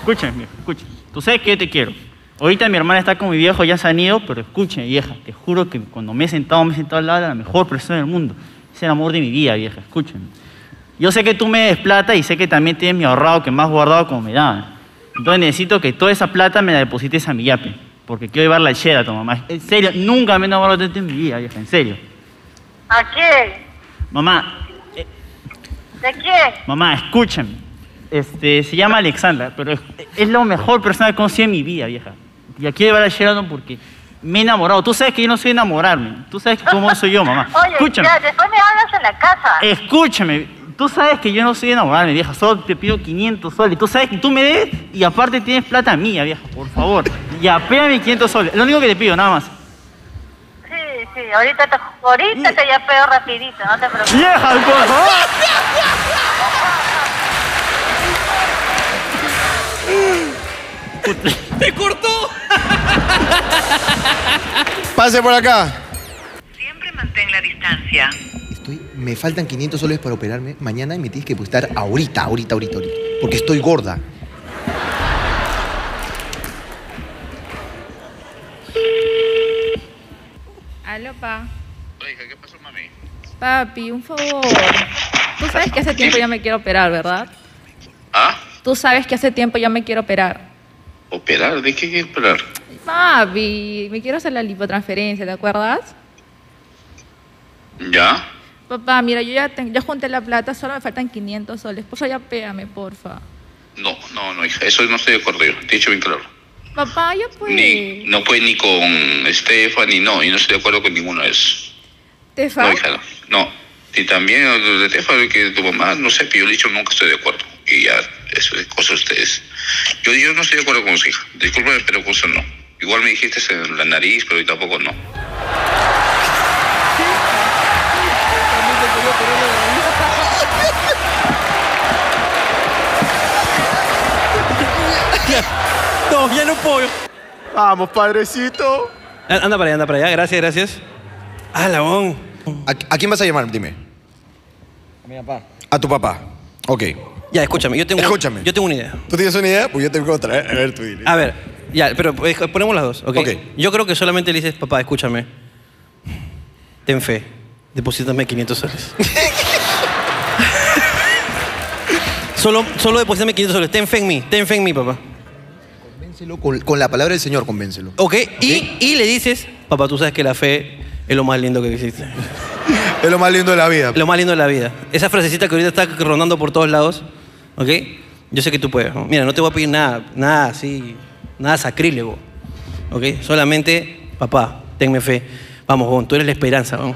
Speaker 12: Escúchame, vieja, escúchame. Tú sabes que yo te quiero. Ahorita mi hermana está con mi viejo, ya se han ido, pero escúchame, vieja. Te juro que cuando me he sentado, me he sentado al lado de la mejor persona del mundo. Es el amor de mi vida, vieja, escúchame. Yo sé que tú me des plata y sé que también tienes mi ahorrado, que más guardado como me daban. Entonces necesito que toda esa plata me la deposites a mi yape. Porque quiero llevarla al Sheraton, mamá. En serio, nunca me he enamorado tanto en mi vida, vieja, en serio.
Speaker 9: ¿A quién?
Speaker 12: Mamá,
Speaker 9: ¿De quién?
Speaker 12: Mamá, escúchame. Este, se llama Alexandra, pero es, es la mejor persona que conocí en mi vida, vieja. Y aquí llevar a Sheraton porque me he enamorado. Tú sabes que yo no soy enamorarme. Tú sabes que cómo soy yo, mamá.
Speaker 9: <laughs> Oye,
Speaker 12: escúchame.
Speaker 9: ya, después me hablas en la casa.
Speaker 12: Escúchame. Tú sabes que yo no soy enamorarme, vieja. Solo te pido 500 soles. Tú sabes que tú me des y aparte tienes plata mía, vieja. Por favor. Y apéame 500 soles. Lo único que te pido, nada más.
Speaker 9: Sí, sí, ahorita te, ahorita te yapeo rapidito, no te preocupes.
Speaker 12: Vieja, por favor.
Speaker 24: ¡Te cortó!
Speaker 22: Pase por acá.
Speaker 25: Mantén la distancia.
Speaker 1: Me faltan 500 soles para operarme mañana y me tienes que apostar ahorita, ahorita, ahorita, ahorita. Porque estoy gorda.
Speaker 4: Aló, pa.
Speaker 17: Oiga, ¿qué pasó, mami?
Speaker 4: <laughs> Papi, un favor. Tú sabes que hace tiempo ya me quiero operar, ¿verdad?
Speaker 17: ¿Ah?
Speaker 4: Tú sabes que hace tiempo ya me quiero operar.
Speaker 17: ¿Operar? ¿De qué hay que operar?
Speaker 4: Papi, me quiero hacer la lipotransferencia, ¿te acuerdas?
Speaker 17: ¿Ya?
Speaker 4: Papá, mira, yo ya, ten- ya junté la plata, solo me faltan 500 soles. Por eso ya pégame, porfa.
Speaker 17: No, no, no, hija, eso no estoy de acuerdo yo, te he dicho bien claro.
Speaker 4: Papá, ya pues.
Speaker 17: Ni, no puede ni con Stephanie, no, y no estoy de acuerdo con ninguno de esos.
Speaker 4: Tefa.
Speaker 17: No, hija, no. no. Y también lo de Stephanie, que tu mamá, no sé, pero yo le he dicho nunca estoy de acuerdo. Y ya, eso es cosa de ustedes. Yo, yo no estoy de acuerdo con su hija, discúlpame, pero con eso no. Igual me dijiste en la nariz, pero yo tampoco no.
Speaker 5: No, ya no puedo.
Speaker 26: Vamos, padrecito.
Speaker 5: Anda para allá, anda para allá. Gracias, gracias. Ah, Labón.
Speaker 22: ¿A, quién vas a llamar? Dime.
Speaker 5: Mi papá.
Speaker 22: A tu papá. Ok.
Speaker 5: Ya, escúchame. Yo tengo, escúchame. Yo tengo una idea.
Speaker 22: ¿Tú tienes una idea? Pues yo tengo otra. ¿eh? A ver, tú dile.
Speaker 5: A ver, ya, pero pues, ponemos las dos, ¿ok? Yo creo que solamente le dices, papá, escúchame. Ten fe. Deposítame
Speaker 22: <laughs>
Speaker 5: 500 soles. solo, solo deposítame 500 soles. Ten fe en mí, ten fe en mí, papá.
Speaker 1: Convéncelo con, con la palabra del Señor, convéncelo.
Speaker 5: ¿Ok? Y, y le dices, papá, tú sabes que la fe es lo más lindo que existe.
Speaker 22: <laughs> es lo más lindo de la vida.
Speaker 5: Lo más lindo de la vida. Esa frasecita que ahorita está rondando por todos lados, ¿ok? Yo sé que tú puedes. ¿no? Mira, no te voy a pedir nada, nada así, nada sacrílego, ¿ok? Solamente, papá, tenme fe. Vamos, Gon, tú eres la esperanza, Gon.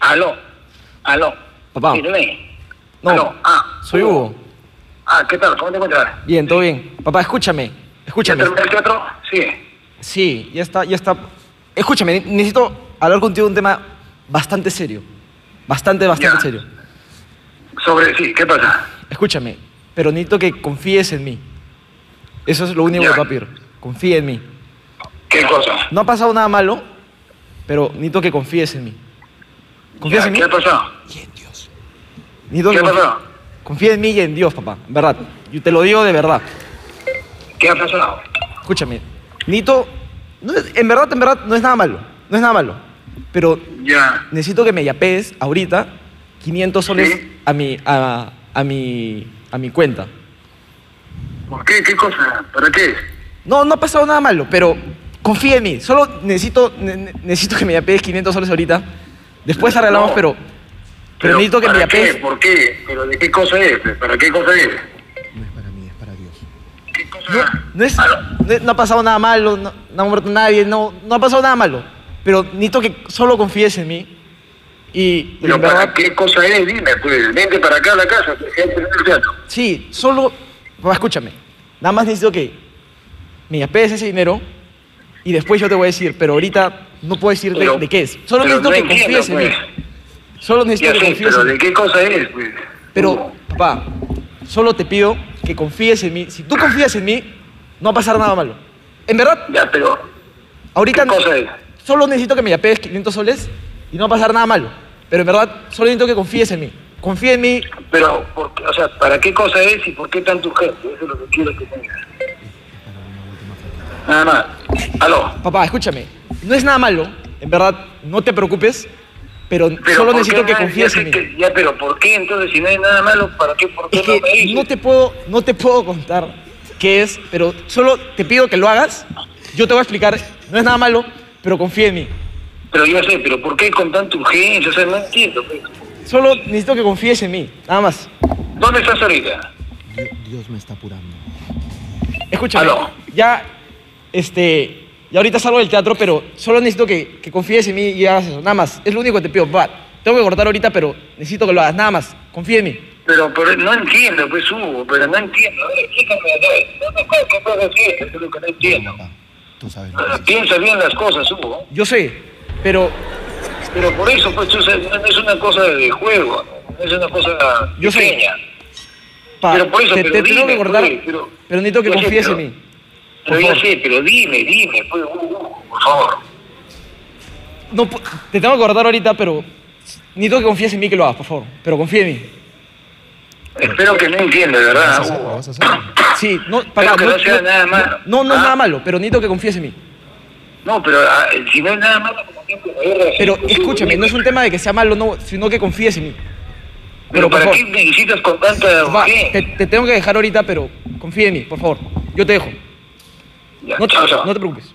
Speaker 7: Aló, aló.
Speaker 5: Papá.
Speaker 7: Dime.
Speaker 27: No.
Speaker 7: Aló, ah.
Speaker 27: Soy Hugo.
Speaker 7: Ah, ¿qué tal? ¿Cómo te encuentras?
Speaker 27: Bien, todo bien. Papá, escúchame. Escúchame.
Speaker 7: ¿Ya terminaste otro? Sí.
Speaker 27: Sí, ya está, ya está. Escúchame, ne- necesito hablar contigo de un tema bastante serio. Bastante, bastante serio.
Speaker 7: Sobre, sí, ¿qué pasa?
Speaker 27: Escúchame, pero necesito que confíes en mí. Eso es lo único que te voy a pedir. Confía en mí.
Speaker 7: ¿Qué cosa?
Speaker 27: No ha pasado nada malo, pero necesito que confíes en mí. ¿Confías
Speaker 7: Ya,
Speaker 27: en mí?
Speaker 7: ¿Qué pasó?
Speaker 27: Necesito
Speaker 7: ¿Qué
Speaker 27: que
Speaker 7: ha
Speaker 27: confíes-
Speaker 7: pasado?
Speaker 27: Confía en mí y en Dios, papá. en ¿Verdad? Yo te lo digo de verdad.
Speaker 7: ¿Qué ha pasado?
Speaker 27: Escúchame, Nito, no es- en verdad, en verdad, no es nada malo. No es nada malo. Pero
Speaker 7: Ya.
Speaker 27: necesito que me yapees ahorita 500 soles a, mi, a, a mi, a mi cuenta.
Speaker 9: ¿Por qué? ¿Qué cosa? ¿Para qué?
Speaker 27: No, no ha pasado nada malo, pero confía en mí. Solo necesito, ne- ne- necesito que me yapees 500 soles ahorita. Después arreglamos,
Speaker 9: No.
Speaker 27: pero, pero, necesito que me
Speaker 9: ¿Para qué?
Speaker 27: yapees.
Speaker 9: ¿Por qué? ¿Pero de qué cosa es? ¿Para qué cosa es?
Speaker 27: No, es- no es- no ha pasado nada malo, no, no ha muerto nadie, no, no ha pasado nada malo. Pero necesito que solo confíes en mí. Y, y
Speaker 9: Pero
Speaker 27: en verdad-
Speaker 9: ¿Para qué cosa es? Dime, pues, vente para acá a la casa. ya te estoy escuchando.
Speaker 27: Sí, solo. Papá, escúchame. Nada más necesito que me yapees ese dinero y después yo te voy a decir, pero ahorita no puedo decirte
Speaker 9: Pero-
Speaker 27: de qué es. Solo
Speaker 9: pero
Speaker 27: necesito
Speaker 9: no
Speaker 27: que
Speaker 9: entiendo, pues.
Speaker 27: confíes en mí. Solo necesito
Speaker 9: Ya
Speaker 27: que
Speaker 9: sé,
Speaker 27: confíes
Speaker 9: pero
Speaker 27: en mí.
Speaker 9: ¿de qué cosa es? Pues?
Speaker 27: Pero, papá, solo te pido que confíes en mí. Si tú confías en mí, no va a pasar nada malo. En verdad.
Speaker 9: Ya, pero.
Speaker 27: Ahorita no-
Speaker 9: cosa es?
Speaker 27: Solo necesito que me yapees 500 soles y no va a pasar nada malo. Pero en verdad, solo necesito que confíes en mí. Confía en mí.
Speaker 9: Pero, ¿por qué? o sea, ¿para qué cosa es y por qué tan tu gente? Eso es lo que quiero que me digas. Nada más. Aló.
Speaker 27: Papá, escúchame. No es nada malo. En verdad, no te preocupes. Pero,
Speaker 9: Pero
Speaker 27: solo
Speaker 9: ¿por qué
Speaker 27: necesito que
Speaker 9: no? Ya
Speaker 27: confíes
Speaker 9: sé
Speaker 27: en mí.
Speaker 9: que- ya, pero ¿por qué entonces si no hay nada malo? ¿Para qué? ¿Por qué
Speaker 27: Es que
Speaker 9: no me dices?
Speaker 27: no te puedo, no te puedo contar qué es, pero solo te pido que lo hagas. Yo te voy a explicar. No es nada malo, pero confía en mí.
Speaker 9: Pero yo sé, pero ¿por qué con tanta urgencia? O sea, no entiendo. pues.
Speaker 27: Solo necesito que confíes en mí, nada más.
Speaker 9: ¿Dónde estás ahorita?
Speaker 27: Dios me está apurando. Escúchame. Ya, este, ya ahorita salgo del teatro, pero solo necesito que, que confíes en mí y hagas eso, nada más. Es lo único que te pido, papá. Tengo que cortar ahorita, pero necesito que lo hagas, nada más. Confía en mí.
Speaker 9: Pero, pero no entiendo, pues Hugo, pero no entiendo. A ver, explícame, a ver, no me acuerdo qué cosa sí es, eso es lo que no entiendo. Ah, Piensa bien las cosas, Hugo.
Speaker 27: Yo sé, pero
Speaker 9: Pero por eso, pues, tú sabes, no es una cosa de juego, no es una cosa
Speaker 27: Yo sé.
Speaker 9: pequeña.
Speaker 27: pa,
Speaker 9: Pero por eso,
Speaker 27: te,
Speaker 9: pero
Speaker 27: te tengo
Speaker 9: dime,
Speaker 27: que cortar,
Speaker 9: pues, pero-
Speaker 27: pero necesito que
Speaker 9: Yo sé,
Speaker 27: confíes
Speaker 9: pero-
Speaker 27: en mí. Por
Speaker 9: Pero ya
Speaker 27: favor.
Speaker 9: sé, pero dime, dime, pues, Hugo, por favor.
Speaker 27: No, pu- te tengo que cortar ahorita, pero necesito que confíes en mí que lo hagas, por favor. Pero confía en mí.
Speaker 9: Espero que no entienda, de ¿verdad? Hugo?
Speaker 27: Sí, no, para
Speaker 9: que no sea nada malo. Ah.
Speaker 27: No, no es nada malo, pero necesito que confíes en mí.
Speaker 9: No, pero ah, si no es nada malo, como siempre, me agarras.
Speaker 27: Pero escúchame, no es un tema de que sea malo, no, sino que confíes en mí.
Speaker 9: Pero
Speaker 27: por
Speaker 9: ¿para qué
Speaker 27: favor.
Speaker 9: me visitas con tanta
Speaker 27: Va,
Speaker 9: urgencia?
Speaker 27: te, te tengo que dejar ahorita, pero confía en mí, por favor. Yo te dejo.
Speaker 9: Ya,
Speaker 27: No te,
Speaker 9: chao, chao.
Speaker 27: no te preocupes.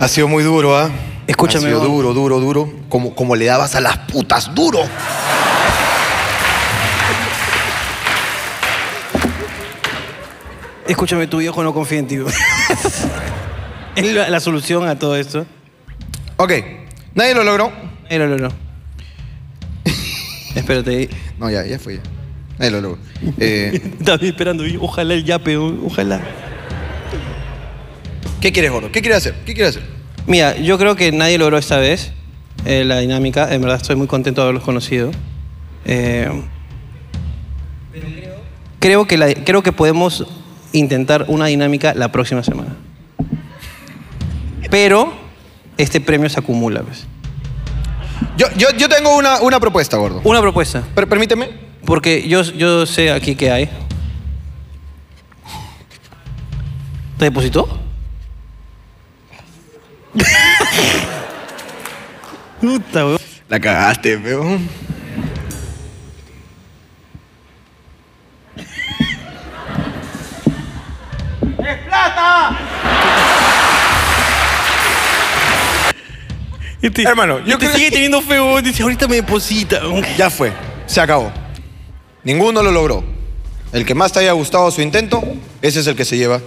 Speaker 1: Ha sido muy duro, ¿ah?
Speaker 28: Escúchame,
Speaker 1: Ha sido
Speaker 28: don.
Speaker 1: duro, duro, duro. Como, como le dabas a las putas, duro.
Speaker 5: <laughs> Escúchame, tu viejo no confía en ti. <laughs> es la, la solución a todo esto.
Speaker 1: Ok, nadie lo logró.
Speaker 5: Nadie
Speaker 1: <laughs>
Speaker 5: lo logró. Espérate.
Speaker 1: No, ya, ya fue. Ya. Nadie lo logró. Eh,
Speaker 5: Estaba esperando, y ojalá el yape, o- ojalá.
Speaker 1: ¿Qué quieres, gordo? ¿Qué quieres hacer? ¿Qué quieres hacer?
Speaker 5: Mira, yo creo que nadie logró esta vez eh, la dinámica. En verdad estoy muy contento de haberlos conocido. Eh, creo, que la- creo que podemos intentar una dinámica la próxima semana. Pero este premio se acumula. pues. ¿ves?
Speaker 1: Yo, yo, yo tengo una, una propuesta, gordo.
Speaker 5: Una propuesta.
Speaker 1: permíteme.
Speaker 5: Porque yo, yo sé aquí qué hay. ¿Te depositó? Puta, weón.
Speaker 1: La cagaste, weón.
Speaker 29: ¡Es plata!
Speaker 1: Hermano, yo
Speaker 5: te sigue teniendo feo. Dice, ahorita me deposita.
Speaker 1: Ya fue. Se acabó. Ninguno lo logró. El que más te haya gustado su intento, ese es el que se lleva.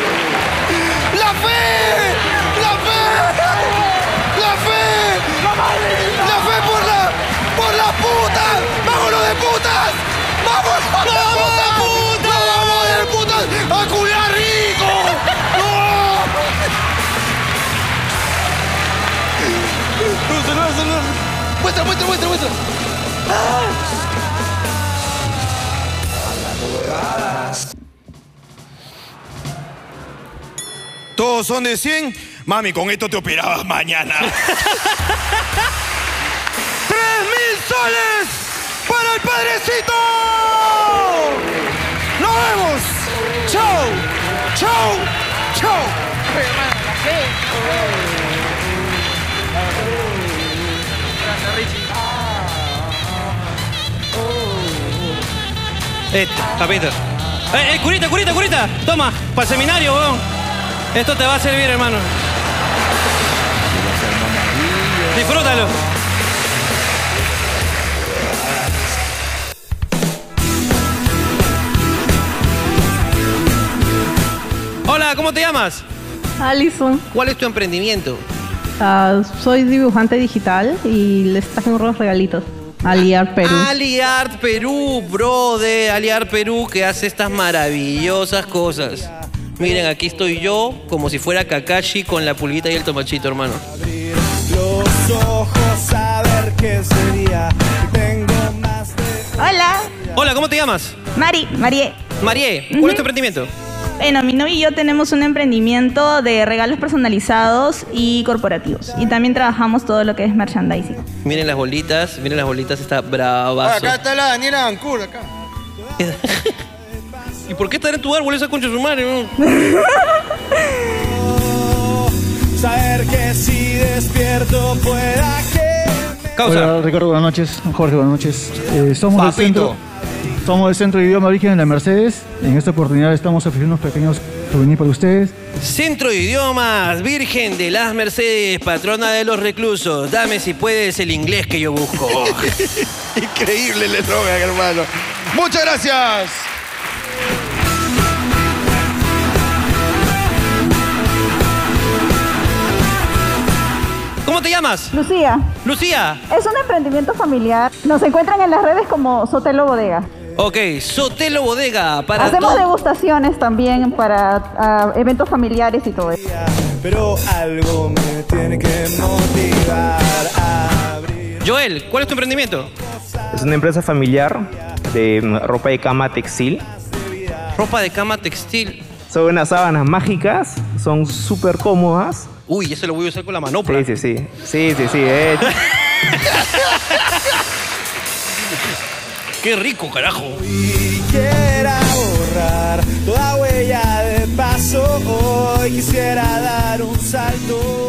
Speaker 29: ¡La fe! ¡La fe! ¡La fe! ¡La fe por la, por la puta! ¡Vámonos de putas! ¡Vámonos de putas! ¡No vamos de putas! ¡A culiar rico! ¡No! ¡Muestra, muestra, muestra, muestra!
Speaker 9: Ah.
Speaker 1: Todos son de 100.
Speaker 29: <laughs>
Speaker 1: Mami, con esto te operabas mañana.
Speaker 29: ¡Tres mil soles!
Speaker 9: padrecito! ¡Nos vemos! ¡Chau! ¡Chau! ¡Chau!
Speaker 5: Eh, papito. Eh, eh, curita, curita, curita. Toma, para el seminario, weón. Esto te va a servir, hermano. Disfrútalo. Hola, ¿cómo te llamas?
Speaker 20: Alison,
Speaker 5: ¿Cuál es tu emprendimiento?
Speaker 20: ah, soy dibujante digital y les traje unos regalitos. Aliar Perú.
Speaker 5: Aliart Perú, bro de Aliart Perú que hace estas maravillosas cosas. Miren, aquí estoy yo como si fuera Kakashi con la pulguita y el tomachito, hermano.
Speaker 9: Los ojos a ver qué sería. Tengo más de.
Speaker 20: Hola,
Speaker 5: Hola, ¿cómo te llamas?
Speaker 20: Mari, Marie.
Speaker 5: Marie, ¿cuál es tu emprendimiento?
Speaker 20: Bueno, mi novio y yo tenemos un emprendimiento de regalos personalizados y corporativos. Y también trabajamos todo lo que es merchandising.
Speaker 5: Miren las bolitas, miren las bolitas, está bravazo.
Speaker 1: Acá está la Daniela Ancur, acá.
Speaker 5: ¿Y por qué estar en tu árbol esa concha de su madre? no?
Speaker 9: Saber que si despierto pueda que.
Speaker 6: Hola, Ricardo, buenas noches. Jorge, buenas noches. Eh, somos, del
Speaker 9: Papito.
Speaker 6: centro, somos del Centro de Idioma Origen de la Mercedes. En esta oportunidad estamos ofreciendo unos pequeños souvenirs para ustedes.
Speaker 5: Centro de Idiomas, Virgen de las Mercedes, patrona de los reclusos. Dame si puedes el inglés que yo busco.
Speaker 30: Increíble el eslogan, hermano. Muchas gracias.
Speaker 5: ¿Cómo te llamas?
Speaker 31: Lucía.
Speaker 5: Lucía.
Speaker 31: Es un emprendimiento familiar. Nos encuentran en las redes como Sotelo Bodega.
Speaker 5: Ok, Sotelo Bodega. Para
Speaker 31: Hacemos
Speaker 5: to-
Speaker 31: degustaciones también para ah, eventos familiares y todo eso.
Speaker 9: Pero algo me tiene que motivar.
Speaker 5: Joel, ¿cuál es tu emprendimiento?
Speaker 10: Es una empresa familiar de mm, ropa de cama textil.
Speaker 5: Ropa de cama textil.
Speaker 10: Son unas sábanas mágicas, son súper cómodas.
Speaker 5: Uy, eso lo voy a usar con la manopla.
Speaker 10: Sí, sí, sí. Sí, sí, sí. eh.
Speaker 5: <laughs> Qué rico, carajo.
Speaker 9: Quiera borrar toda huella de paso. Hoy quisiera dar un salto.